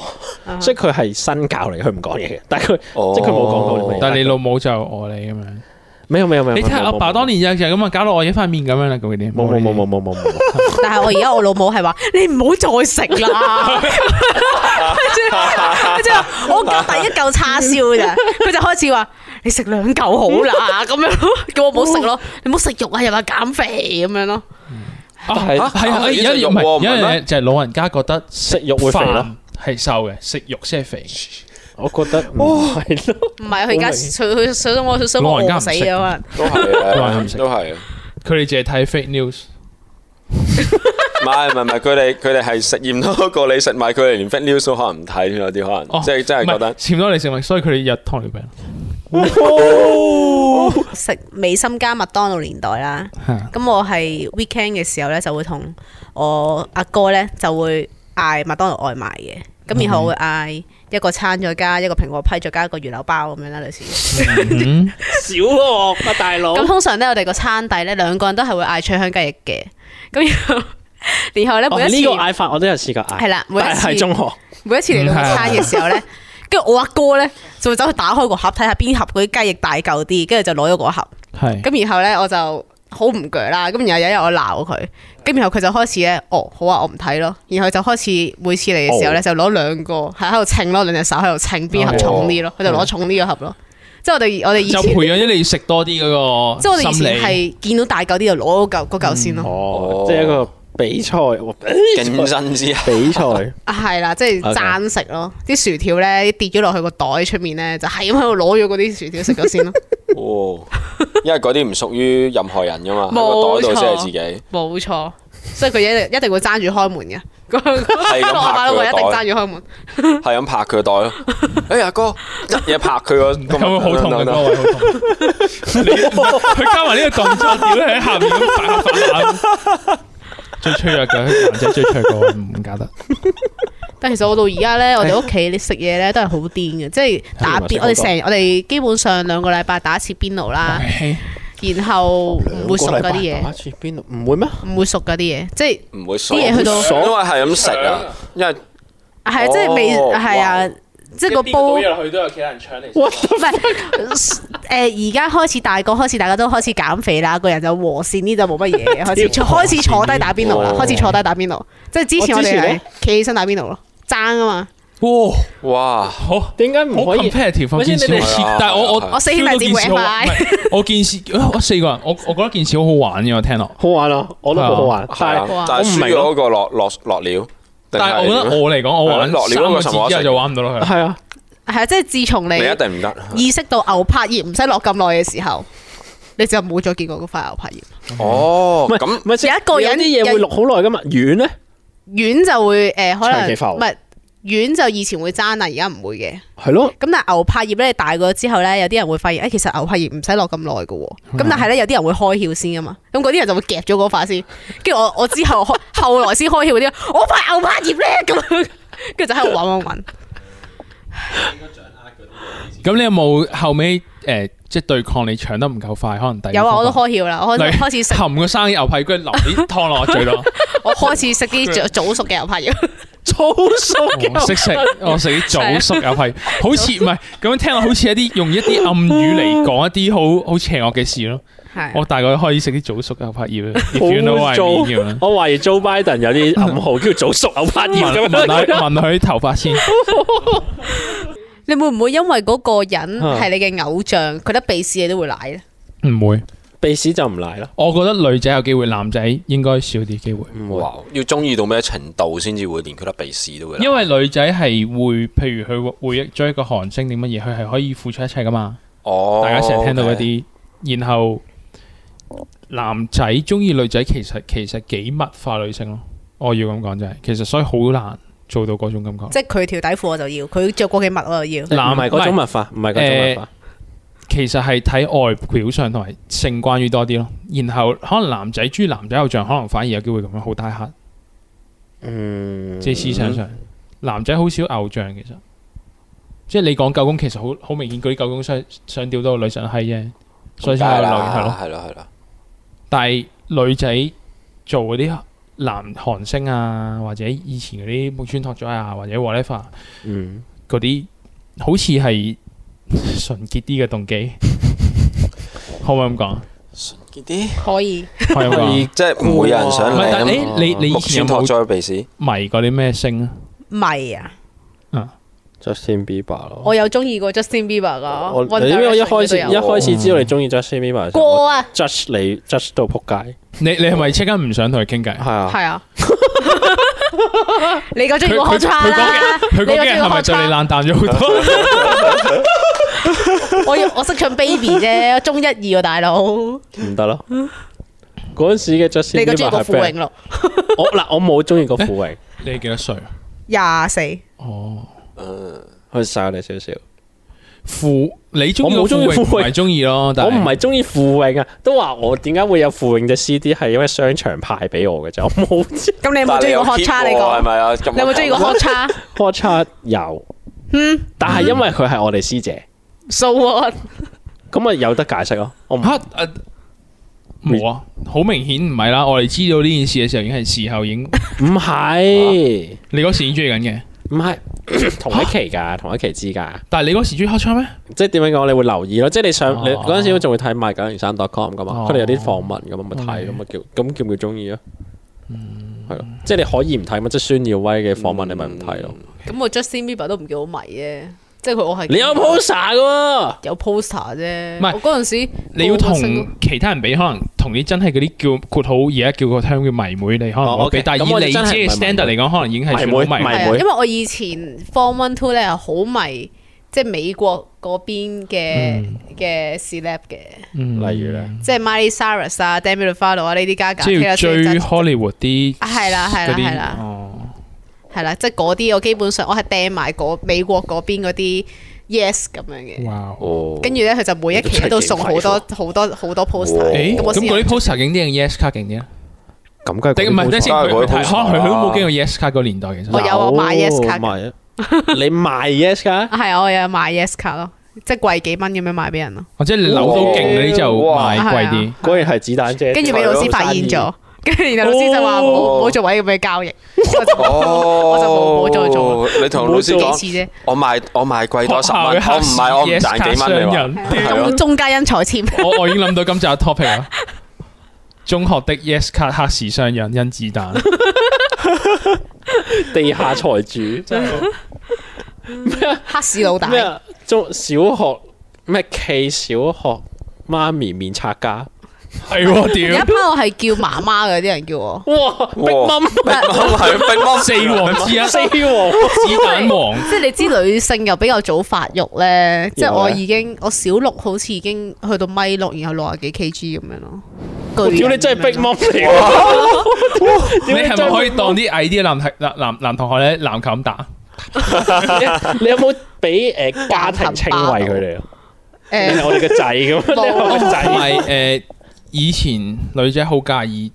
Speaker 2: 啊
Speaker 1: 所以佢係新教嚟，佢唔講嘢嘅，但係佢
Speaker 4: 哦
Speaker 1: 即係佢冇講到你明
Speaker 3: 但係你老母就餓你咁樣，
Speaker 1: 沒有沒有沒有，
Speaker 3: 你睇下
Speaker 1: 沒有
Speaker 3: 阿爸當。年就就係咁啊，搞到我一塊面咁樣啦，咁嗰啲
Speaker 1: 冇冇冇冇冇冇冇冇，
Speaker 2: 但係我而家我老母係話 你唔好再食啦， 跟住跟住話 我夾第一嚿叉燒咋，佢就開始話你食兩嚿好 啦咁樣，叫我唔好食咯，你唔好食肉啊，又話減肥咁樣咯，
Speaker 3: 啊係
Speaker 4: 嚇
Speaker 3: 係啊，
Speaker 4: 嚇
Speaker 3: 有一樣唔
Speaker 4: 肉
Speaker 3: 係有
Speaker 4: 喎唔係
Speaker 3: 一樣
Speaker 4: 咩
Speaker 3: 嘢就係老人家覺得
Speaker 1: 食肉會肥咯，，
Speaker 3: 係瘦嘅，食肉先係肥。
Speaker 1: 我覺得唔
Speaker 4: 哦
Speaker 1: 係咯，
Speaker 2: 唔係佢而家佢佢想我佢想
Speaker 3: 老
Speaker 2: 我
Speaker 3: 人家
Speaker 2: 餓
Speaker 3: 唔
Speaker 2: 死
Speaker 3: 食
Speaker 2: 啊可能。
Speaker 4: 都
Speaker 3: 都係唔
Speaker 4: 係
Speaker 3: 食
Speaker 4: 啊，都係啊。
Speaker 3: 佢哋淨係睇 fake news，
Speaker 4: 唔係唔係唔係，佢哋佢哋係食鹽多過你食埋，佢哋連 fake news 都可能唔睇添，有啲可
Speaker 3: 哦
Speaker 4: 能即係真係覺
Speaker 3: 唔係
Speaker 4: 得
Speaker 3: 潛到你食物，所以佢哋有糖尿病。
Speaker 2: 食美心加麥當勞年代啦。咁我係 weekend 嘅時候咧，就會同我阿哥咧就會嗌麥當勞外賣嘅。咁然後我會
Speaker 1: 嗯
Speaker 2: 嗌一個餐再加一個蘋果批，再加一個魚柳包咁樣啦，類似。
Speaker 1: 少咯，啊大佬
Speaker 2: 咁通常咧，我哋個餐底咧兩個人都係會嗌脆香雞翼嘅。咁然後，然後
Speaker 1: 哦
Speaker 2: 咧每一
Speaker 1: 呢
Speaker 2: 次
Speaker 1: 個嗌法我都有試過嗌，
Speaker 2: 係啦每一
Speaker 1: 但係
Speaker 2: 次
Speaker 1: 中嗯學
Speaker 2: 每一次嚟到個餐嘅時候咧，跟住我阿哥咧就會走去打開個盒睇下邊盒嗰啲雞翼大嚿啲，跟住就攞咗嗰盒。
Speaker 3: 係
Speaker 2: 咁然後咧我就好唔鋸啦，咁然後有一日我鬧佢，咁然後佢就開始咧，哦好啊，我唔睇咯，然後就開始每次嚟嘅
Speaker 4: 哦
Speaker 2: 時候咧就攞兩個係喺度稱咯，兩隻手喺度稱邊盒重啲咯，佢就攞重呢個盒
Speaker 4: 哦
Speaker 2: 咯，即係我哋我哋以
Speaker 3: 就
Speaker 2: 前
Speaker 3: 培養咗你食多啲嗰
Speaker 2: 即係我
Speaker 3: 個
Speaker 2: 哋以
Speaker 3: 心
Speaker 2: 前
Speaker 3: 理。
Speaker 2: 係見到大嚿啲就攞嗰嚿嗰嚿先咯，
Speaker 1: 哦
Speaker 4: 哦，
Speaker 1: 即係一個比賽，哇
Speaker 4: 競爭之下，
Speaker 1: 比賽，
Speaker 2: 啊係啦，即係
Speaker 1: OK
Speaker 2: 爭食咯，啲薯條咧跌咗落去個袋出面咧就係咁喺度攞咗嗰啲薯條食咗先 咯，
Speaker 4: 哦，因為嗰啲唔屬於任何人噶嘛，喺個袋度先係自己。
Speaker 2: 冇錯，所以佢一定一定會爭住開門嘅。嗰
Speaker 4: 係咁
Speaker 2: 個
Speaker 4: 拍
Speaker 2: 馬
Speaker 4: 佢
Speaker 2: 佬
Speaker 4: 個
Speaker 2: 我一定
Speaker 4: 袋
Speaker 2: 爭住開門。
Speaker 4: 係咁拍佢個袋 咯。哎呀哥，一嘢拍佢個，咁 啊
Speaker 3: 咁會好痛嘅，嗰位好痛。你佢加埋呢個動作，屌你喺下面咁反下反下。最脆弱嘅男仔最脆弱嘅唔唔搞得，
Speaker 2: 但其實我到而家咧，我哋屋企你食嘢咧都係好癲嘅，即係打邊，我哋成我哋基本上兩個禮拜打一次邊爐啦，然後唔會熟嗰啲嘢，
Speaker 1: 打住邊度？唔會咩？
Speaker 2: 唔會熟嗰啲嘢，即係
Speaker 4: 唔會爽，
Speaker 2: 啲嘢去到
Speaker 4: 因為係咁食啊，因為
Speaker 2: 係即係未
Speaker 4: 哦
Speaker 2: 係啊，即係個煲。
Speaker 3: 去都有其他人搶嚟。
Speaker 2: 唔係 誒，而家開始大個，開始大家都開始減肥啦，個人就和善啲就冇乜嘢，開始坐開始坐低打邊爐啦，
Speaker 1: 哦
Speaker 2: 開始坐低打邊爐，即係之前我
Speaker 1: 我之
Speaker 2: 哋
Speaker 1: 前
Speaker 2: 係
Speaker 1: 呢
Speaker 2: 企起身打邊爐咯，爭啊嘛，
Speaker 3: 哇，
Speaker 4: 哇，
Speaker 3: 好
Speaker 1: 點解唔
Speaker 3: 好
Speaker 1: 可以？
Speaker 3: competitive 啊
Speaker 1: 喂
Speaker 3: 件事
Speaker 1: 你哋
Speaker 4: 係啊，
Speaker 3: 但係我
Speaker 4: 係啊
Speaker 3: 我
Speaker 2: 我四兄弟姊妹快
Speaker 3: 好唔係 我件事，我四個人，我我覺得件事好好玩嘅，我聽落。
Speaker 1: 好玩啊！我都好好玩，
Speaker 4: 係
Speaker 1: 但係
Speaker 4: 啊，但係輸咗嗰個落落落料，定
Speaker 3: 但係我覺
Speaker 4: 點啊
Speaker 3: 得
Speaker 4: 咧
Speaker 3: 我嚟講，我玩
Speaker 4: 係咯落料嗰個
Speaker 3: 三
Speaker 4: 神
Speaker 3: 個字
Speaker 4: 話
Speaker 3: 之後
Speaker 4: 食
Speaker 3: 就玩唔到落去。
Speaker 1: 係啊，
Speaker 2: 係啊，即係自從
Speaker 4: 你一
Speaker 2: 你
Speaker 4: 定唔得。
Speaker 2: 意識到牛柏葉唔使落咁耐嘅時候，你就冇再見過嗰塊牛柏葉，
Speaker 3: 嗯
Speaker 4: 哦
Speaker 1: 唔，係
Speaker 4: 咁
Speaker 1: 唔係即係
Speaker 2: 有一個人
Speaker 1: 有啲嘢會錄好耐噶嘛？遠咧
Speaker 2: 丸就會誒可
Speaker 1: 長
Speaker 2: 能
Speaker 1: 期浮
Speaker 2: 唔係丸就以前會爭啊啦，而家唔會嘅。
Speaker 1: 係咯，
Speaker 2: 咁但係牛柏葉咧，你大個之後咧，有啲人會發現，誒、其實牛柏葉唔使落咁耐嘅喎。
Speaker 3: 啊
Speaker 2: 咁但係咧，有啲人會開竅先噶啊嘛。咁嗰啲人就會夾咗嗰塊先。跟住我我之後後後來先開竅嗰啲，我塊牛柏葉咧咁樣，跟住就喺度揾揾揾。
Speaker 3: 咁你有冇後尾誒，即係對抗你搶得唔夠快，可能第二
Speaker 2: 有啊，我都
Speaker 3: 方法
Speaker 2: 開竅啦，我開
Speaker 3: 例
Speaker 2: 始
Speaker 3: 如
Speaker 2: 開始食，
Speaker 3: 含個生意牛皮，跟住流 啲湯落我嘴咯。
Speaker 2: 我開始食啲早早熟嘅牛柏葉。
Speaker 1: 早熟
Speaker 3: 我識食，我食啲早熟牛
Speaker 2: 啊
Speaker 3: 皮，好似唔係咁樣聽落，好似一啲用一啲暗語嚟講一啲好好邪惡嘅事咯。我
Speaker 2: 係
Speaker 3: 大概開始食啲早熟牛柏葉啦，if you know
Speaker 1: 好
Speaker 3: what I
Speaker 1: 糟
Speaker 3: mean 咁樣。
Speaker 1: 我懷疑 Joe Biden 有啲暗號叫早熟牛 柏葉
Speaker 3: 聞
Speaker 1: 咁
Speaker 3: 聞
Speaker 1: 樣。
Speaker 3: 佢聞佢頭髮先，
Speaker 2: 你會唔會因為嗰個人
Speaker 1: 啊
Speaker 2: 係你嘅偶像，佢得鼻屎你都會奶咧？
Speaker 3: 唔會。
Speaker 1: 鼻屎就唔賴啦，
Speaker 3: 我覺得女仔有機會，男仔應該少啲機會，
Speaker 1: 唔會。
Speaker 4: 哇，要中意到咩程度先至會連佢粒鼻屎都會流？
Speaker 3: 因為女仔係會，譬如佢會追一個韓星定乜嘢，佢係可以付出一切噶嘛。
Speaker 4: 哦，
Speaker 3: 大家成日聽到嗰啲，然後男仔中意女仔其實其實幾物化女性咯。我要咁講就係，其實所以好難做到嗰種
Speaker 1: 哦
Speaker 3: 感覺。
Speaker 2: 即係佢條底褲我就要，佢着過嘅襪我就要。
Speaker 1: 唔
Speaker 3: 男
Speaker 1: 係嗰種文化，唔係嗰種文化。
Speaker 3: 其實係睇外表上同埋性關於多啲咯。然後可能男仔中意男仔偶像，可能反而有機會咁樣好低黑，
Speaker 1: 嗯，
Speaker 3: 即係思想上，男仔好少偶像其實。即係你講狗公，其實好好明顯，嗰啲狗公想想屌到個女神閪啫，所以先
Speaker 4: 梗
Speaker 3: 喺度
Speaker 4: 係
Speaker 3: 留言
Speaker 4: 啦，
Speaker 3: 係咯。
Speaker 4: 啊係咯係咯，
Speaker 3: 但係女仔做嗰啲男韓星啊，或者以前嗰啲木村拓哉啊，或者 whatever
Speaker 1: 嗯，
Speaker 3: 嗰啲，好似係純潔啲嘅動 機，可唔可以咁講？
Speaker 4: 結啲
Speaker 2: 可以，
Speaker 3: 可以咁講。
Speaker 4: 即係唔會有人想
Speaker 3: 啊唔係，但係
Speaker 4: 舐
Speaker 3: 你你你以
Speaker 4: 木
Speaker 3: 前有
Speaker 4: 村拓
Speaker 3: 冇
Speaker 4: 哉鼻屎，
Speaker 3: 迷過啲咩星啊？
Speaker 2: 咪啊！
Speaker 1: Justin Bieber 咯。
Speaker 2: 我有中意過 Justin Bieber 噶，
Speaker 1: 哦我
Speaker 2: One
Speaker 1: 你知唔知我一
Speaker 2: Direction
Speaker 1: 開始
Speaker 2: 都
Speaker 1: 一
Speaker 2: 有
Speaker 1: 開始知道你中意 Justin Bieber 嘅時候我
Speaker 2: 過啊，
Speaker 1: judge 你 judge 到仆街，
Speaker 3: 你你係咪即刻唔想同佢傾偈？
Speaker 1: 係啊，
Speaker 2: 係啊。你個中
Speaker 3: 佢
Speaker 2: 意
Speaker 3: 佢佢
Speaker 2: 我
Speaker 3: 講
Speaker 2: 差啦
Speaker 3: 嘅，佢講嘅係咪對你冷淡咗好 多？
Speaker 2: 我要我識唱 Baby 啫，中一二啊大佬，
Speaker 1: 唔得咯。嗰陣時嘅 Justin
Speaker 2: 你個中
Speaker 1: Bieber
Speaker 2: 意個
Speaker 1: 係
Speaker 2: 傅穎
Speaker 1: bad
Speaker 2: 咯，
Speaker 1: 我嗱我冇中意過傅穎，
Speaker 3: 你幾多歲啊？
Speaker 2: 廿四
Speaker 3: 哦，
Speaker 1: 佢細我哋少少。
Speaker 3: 傅你中意
Speaker 1: 我冇
Speaker 3: 個
Speaker 1: 鍾意
Speaker 3: 傅
Speaker 1: 傅
Speaker 3: 穎
Speaker 1: 穎
Speaker 3: 唔係中意咯，但
Speaker 1: 我唔係中意傅穎啊，都話我點解會有傅穎嘅 CD 係因為商場派俾我嘅啫，我 冇知。
Speaker 2: 咁你有
Speaker 4: 但
Speaker 2: 冇
Speaker 4: 係
Speaker 2: 中意
Speaker 4: 有
Speaker 2: 過 Hot 叉？你
Speaker 4: keep 喎係
Speaker 2: 講，
Speaker 4: 咪啊？
Speaker 2: 你有冇中意過 Hot 叉
Speaker 1: Hot 叉有，嗯，但係因為佢係我哋師姐，
Speaker 2: ？So what？
Speaker 1: 咁咪有得解釋咯。我唔
Speaker 3: 吓誒呃冇啊，好明顯唔係啦。我哋知道呢件事嘅時候，已經係事後已 經，
Speaker 1: 唔係
Speaker 3: 你嗰時已經追緊嘅。
Speaker 1: 唔 係同一期㗎，同一期知㗎。
Speaker 3: 但係你嗰時追 Hot 咩？
Speaker 1: 即係點樣講？你會留意咯。即係你上
Speaker 3: 哦
Speaker 1: 你嗰陣時，仲會睇賣九零三 .com 噶嘛？
Speaker 3: 哦
Speaker 1: 佢哋有啲訪問咁咪睇咁咪叫咁叫唔叫中意啊？係咯，即係你可以唔睇嘛？即係孫耀威嘅訪問，你咪唔睇咯。
Speaker 2: 咁我 Justin Bieber 都唔叫好迷啫，即係佢我係
Speaker 1: 你有 poster 噶
Speaker 2: 有 poster 啫，
Speaker 3: 唔係
Speaker 2: 我嗰陣時
Speaker 3: 你要同
Speaker 2: 個個星都
Speaker 3: 其他人比，可能同啲真係嗰啲叫括好而家叫個 term 叫迷妹，你可能
Speaker 1: 哦
Speaker 3: 我
Speaker 1: ，OK，
Speaker 3: 比，但係
Speaker 1: 咁我
Speaker 3: 以
Speaker 1: 哋
Speaker 3: 你
Speaker 1: 真係
Speaker 3: 自己
Speaker 1: 唔
Speaker 3: 嘅
Speaker 1: 係迷妹
Speaker 2: 啊
Speaker 3: standard 嚟講，可能已經係算
Speaker 1: 迷
Speaker 3: 好
Speaker 1: 妹
Speaker 3: 迷
Speaker 1: 迷
Speaker 2: 係
Speaker 1: 妹
Speaker 2: 啊，因為我以前 Form One Two 咧好迷即係美國嗰邊嘅
Speaker 3: 嗯
Speaker 2: 嘅 celeb 嘅，
Speaker 1: 例如咧，
Speaker 2: 即係 Miley Cyrus 啊、Demi Lovato 啊呢啲加 a
Speaker 3: 即係要追 Hollywood 啲
Speaker 2: 啊係啦係啦
Speaker 3: 嗰啲
Speaker 2: 係啦
Speaker 3: 哦
Speaker 2: 係啦，即係嗰啲我基本上我係掟埋嗰美國嗰邊嗰啲 yes 咁樣嘅，
Speaker 3: 哇！
Speaker 1: 哦，
Speaker 2: 跟住咧佢就每一期都送好多好多好多 poster，
Speaker 3: 誒
Speaker 2: 我
Speaker 3: 咁
Speaker 2: 先
Speaker 3: 嗰啲 poster 景啲定 yes 卡景啲啊？
Speaker 1: 咁梗係
Speaker 3: 定唔係？等先，
Speaker 4: 梗係
Speaker 3: 佢佢
Speaker 4: 嗰啲
Speaker 3: 睇
Speaker 4: poster
Speaker 3: 可能佢佢都
Speaker 4: 啦
Speaker 3: 冇經過 yes 卡個年代，其實
Speaker 2: 我有啊買 yes 卡㗎
Speaker 1: 賣哦你賣 yes 卡？
Speaker 2: 啊係啊我有買 yes 卡咯，即係貴幾蚊咁樣賣俾人咯，啊
Speaker 3: 或者你扭到勁嗰啲就
Speaker 4: 哇
Speaker 3: 賣貴啲。
Speaker 1: 果然係子彈姐，
Speaker 2: 跟住俾老師發現咗，跟住然後老師就話
Speaker 1: 哦
Speaker 2: 唔好唔好做位咁嘅交易， 我就 我就冇冇再做啦。
Speaker 4: 哦你同老師
Speaker 2: 幾
Speaker 4: 講，
Speaker 2: 次啫，
Speaker 4: 我賣我賣貴多十蚊，我
Speaker 3: 學校
Speaker 4: 唔賣我唔
Speaker 3: yes
Speaker 4: 賺
Speaker 3: 卡
Speaker 4: 幾蚊你話
Speaker 3: 商人
Speaker 4: 係咯
Speaker 2: 中中間因裁簽。
Speaker 3: 我我已經諗到今集嘅 topic 啦。中學的 yes 卡黑時商人甄 子丹，
Speaker 1: 地下財 主。
Speaker 2: 黑市老大，
Speaker 1: 咩啊？中小學咩企小學媽咪面拆家，
Speaker 3: 係喎
Speaker 2: 有一
Speaker 3: 屌！
Speaker 2: 班我係叫媽媽嘅，啲人叫我
Speaker 1: 哇！逼
Speaker 4: 哇
Speaker 1: 蚊
Speaker 4: 係逼蚊
Speaker 3: 四王之一，
Speaker 1: 四
Speaker 3: 子
Speaker 1: 王，
Speaker 3: 彈王。
Speaker 2: 即係你知女性又比較早發育咧，即係
Speaker 1: 然後
Speaker 2: 我
Speaker 1: 呢
Speaker 2: 已經我小六好似已經去到米六，然後六啊幾 kg 咁樣咯。巨
Speaker 1: 屌你
Speaker 2: 人
Speaker 1: 真係
Speaker 2: 咁樣
Speaker 1: 逼蚊嚟喎！
Speaker 3: 你係咪可以當啲矮啲嘅男同男男男同學咧籃球咁打？
Speaker 1: 你有冇俾誒家庭稱謂佢哋啊？你
Speaker 2: 誒
Speaker 1: 係我哋嘅仔咁，
Speaker 2: 冇
Speaker 1: 你係我嘅
Speaker 3: 同
Speaker 1: 仔。
Speaker 3: 埋誒，以前女仔好介意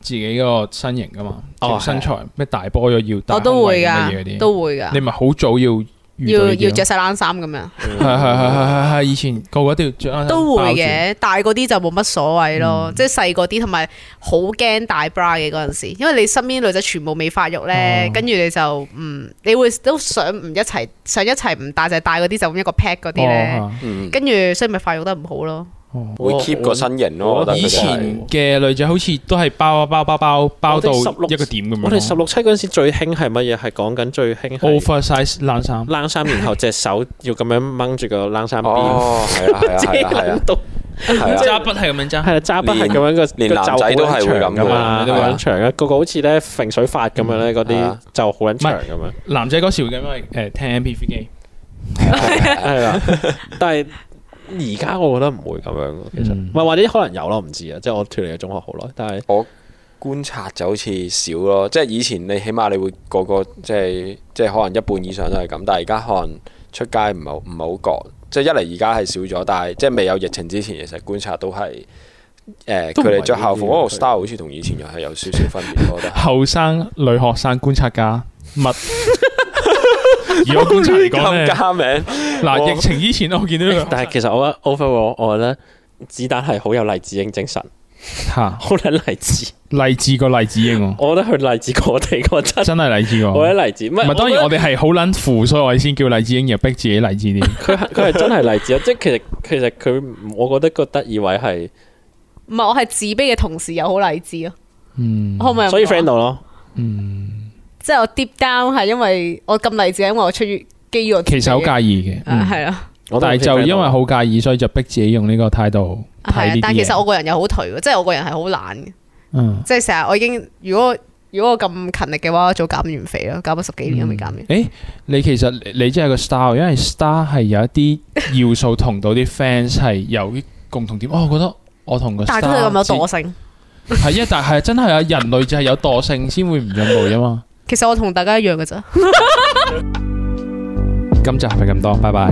Speaker 3: 自己個身形噶嘛，
Speaker 1: 哦
Speaker 3: 身材咩大波咗要大
Speaker 2: 我都會
Speaker 3: 胸圍乜嘢
Speaker 2: 㗎，
Speaker 3: 嗰啲，
Speaker 2: 都會㗎
Speaker 3: 你，咪好早要遇
Speaker 2: 要
Speaker 3: 到呢
Speaker 2: 要
Speaker 3: 啲
Speaker 2: 著
Speaker 3: 咯。
Speaker 2: 晒冷衫咁樣
Speaker 3: 係係係係係係，以前個個都要着
Speaker 2: 都會。嘅，大嗰啲就冇乜所謂咯，
Speaker 3: 嗯
Speaker 2: 即係細嗰啲同埋好驚大 bra 嘅嗰陣時，因為你身邊女仔全部未發育咧
Speaker 3: 哦，
Speaker 2: 跟住你就嗯，你會都想唔一齊想一齊唔戴就係戴嗰啲就咁一個 pack 嗰啲
Speaker 3: 包住
Speaker 2: 咧。
Speaker 3: 哦
Speaker 4: 嗯
Speaker 2: 跟住所以咪發育得唔好咯。
Speaker 4: 會 keep 個身形咯，我覺
Speaker 1: 但係
Speaker 3: 以
Speaker 4: 得佢哋
Speaker 3: 前嘅
Speaker 4: 係
Speaker 3: 女仔好似都係包包包包包到
Speaker 1: 我哋16
Speaker 3: 一個點咁樣咯。
Speaker 1: 我哋十六七嗰陣時最興係乜嘢？係講緊最興係
Speaker 3: oversize 冷衫，
Speaker 1: 冷衫，然後隻手要咁樣掹住個冷衫邊，
Speaker 4: 哦，係啊係啊
Speaker 1: 遮
Speaker 4: 係啊係啊
Speaker 1: 撚到
Speaker 4: 係啊
Speaker 3: 揸筆係咁樣揸。
Speaker 1: 係啦，揸筆係咁樣個
Speaker 4: 連連男仔都係會咁
Speaker 1: 噶
Speaker 4: 㗎
Speaker 1: 嘛，
Speaker 4: 嘛
Speaker 1: 都
Speaker 4: 係啊
Speaker 1: 咁長嘅，個個好似咧揈水法咁樣咧，嗰
Speaker 4: 係
Speaker 1: 啲
Speaker 4: 啊
Speaker 1: 就好撚長
Speaker 3: 唔係
Speaker 1: 咁樣，
Speaker 3: 男仔嗰時會咁樣誒聽 MPV 機，
Speaker 1: 係啦。 但係而家我覺得唔會咁樣咯，其實
Speaker 3: 嗯。
Speaker 1: 唔係或者可能有咯，唔知啊。即係我脫離咗中學好耐，但係
Speaker 4: 嗯觀察就好似少咯，即係以前你起碼你會個個即係即係可能一半以上都係咁，但係而家可能出街唔係唔係好覺，即係一嚟而家係少咗，但係即係未有疫情之前，其實觀察都係誒
Speaker 1: 都唔係
Speaker 4: 佢哋着校服嗰
Speaker 1: 呢啲
Speaker 4: 個 style 好似同以前又係有少少分別，我覺得
Speaker 3: 後生女學生觀 察家物。而我觀察嚟講
Speaker 4: 咁
Speaker 3: 咧，
Speaker 4: 加名
Speaker 3: 嗱
Speaker 4: 我
Speaker 3: 疫情之前我見 到佢
Speaker 1: 但係其實我覺得 overall 我覺得子彈係好有勵志英精神，
Speaker 3: 嚇
Speaker 1: 好撚勵志。
Speaker 3: 勵志個勵志英
Speaker 2: 啊
Speaker 3: 喎，
Speaker 1: 我覺得佢勵志過我哋嗰陣，
Speaker 3: 真係勵志
Speaker 1: 我覺
Speaker 3: 喎。
Speaker 1: 得勵志。唔
Speaker 3: 哦唔係
Speaker 1: 係
Speaker 3: 當然我
Speaker 1: 哋
Speaker 3: 哋係好撚負，所以我哋先叫勵志英，又逼自己勵志 啲。
Speaker 1: 佢 係佢係真係勵志啊！即係其實其實佢，我覺得個得意位係，
Speaker 2: 唔係我係自卑嘅同時又好勵志咯。
Speaker 3: 嗯
Speaker 2: 我可唔可以咁講？
Speaker 1: 所以 friend 到咯。
Speaker 2: 即係我 deep down 係因為我咁勵志，因為我出於基於我
Speaker 3: 其實好介意嘅，嗯
Speaker 2: 啊係啊，
Speaker 1: 我都
Speaker 3: 但係
Speaker 1: 好
Speaker 3: 就
Speaker 1: 似 friend
Speaker 3: 因為
Speaker 1: 到
Speaker 3: 好介意，所以就逼自己用呢個態度
Speaker 2: 係
Speaker 3: 睇
Speaker 2: 啊
Speaker 3: 呢啲嘢。
Speaker 2: 但係其實我個人又好頹喎，即係我個人係好懶嘅，
Speaker 3: 嗯
Speaker 2: 即係成日我已經如果如果我咁勤力嘅話，我早減完肥咯，減咗十幾年都未減完。
Speaker 3: 嗯誒，你其實你你真係個 style，因為 star 係有一啲要素同到啲 fans 係有啲共同點。哦，我覺得我同個
Speaker 2: 但係都係咁有
Speaker 3: star
Speaker 2: 惰性。
Speaker 3: 之係一，但係真係有人類就係有惰性先會唔進步啫嘛。
Speaker 2: 其實我同大家一樣嘅咋。
Speaker 3: 今集係咁多，拜拜。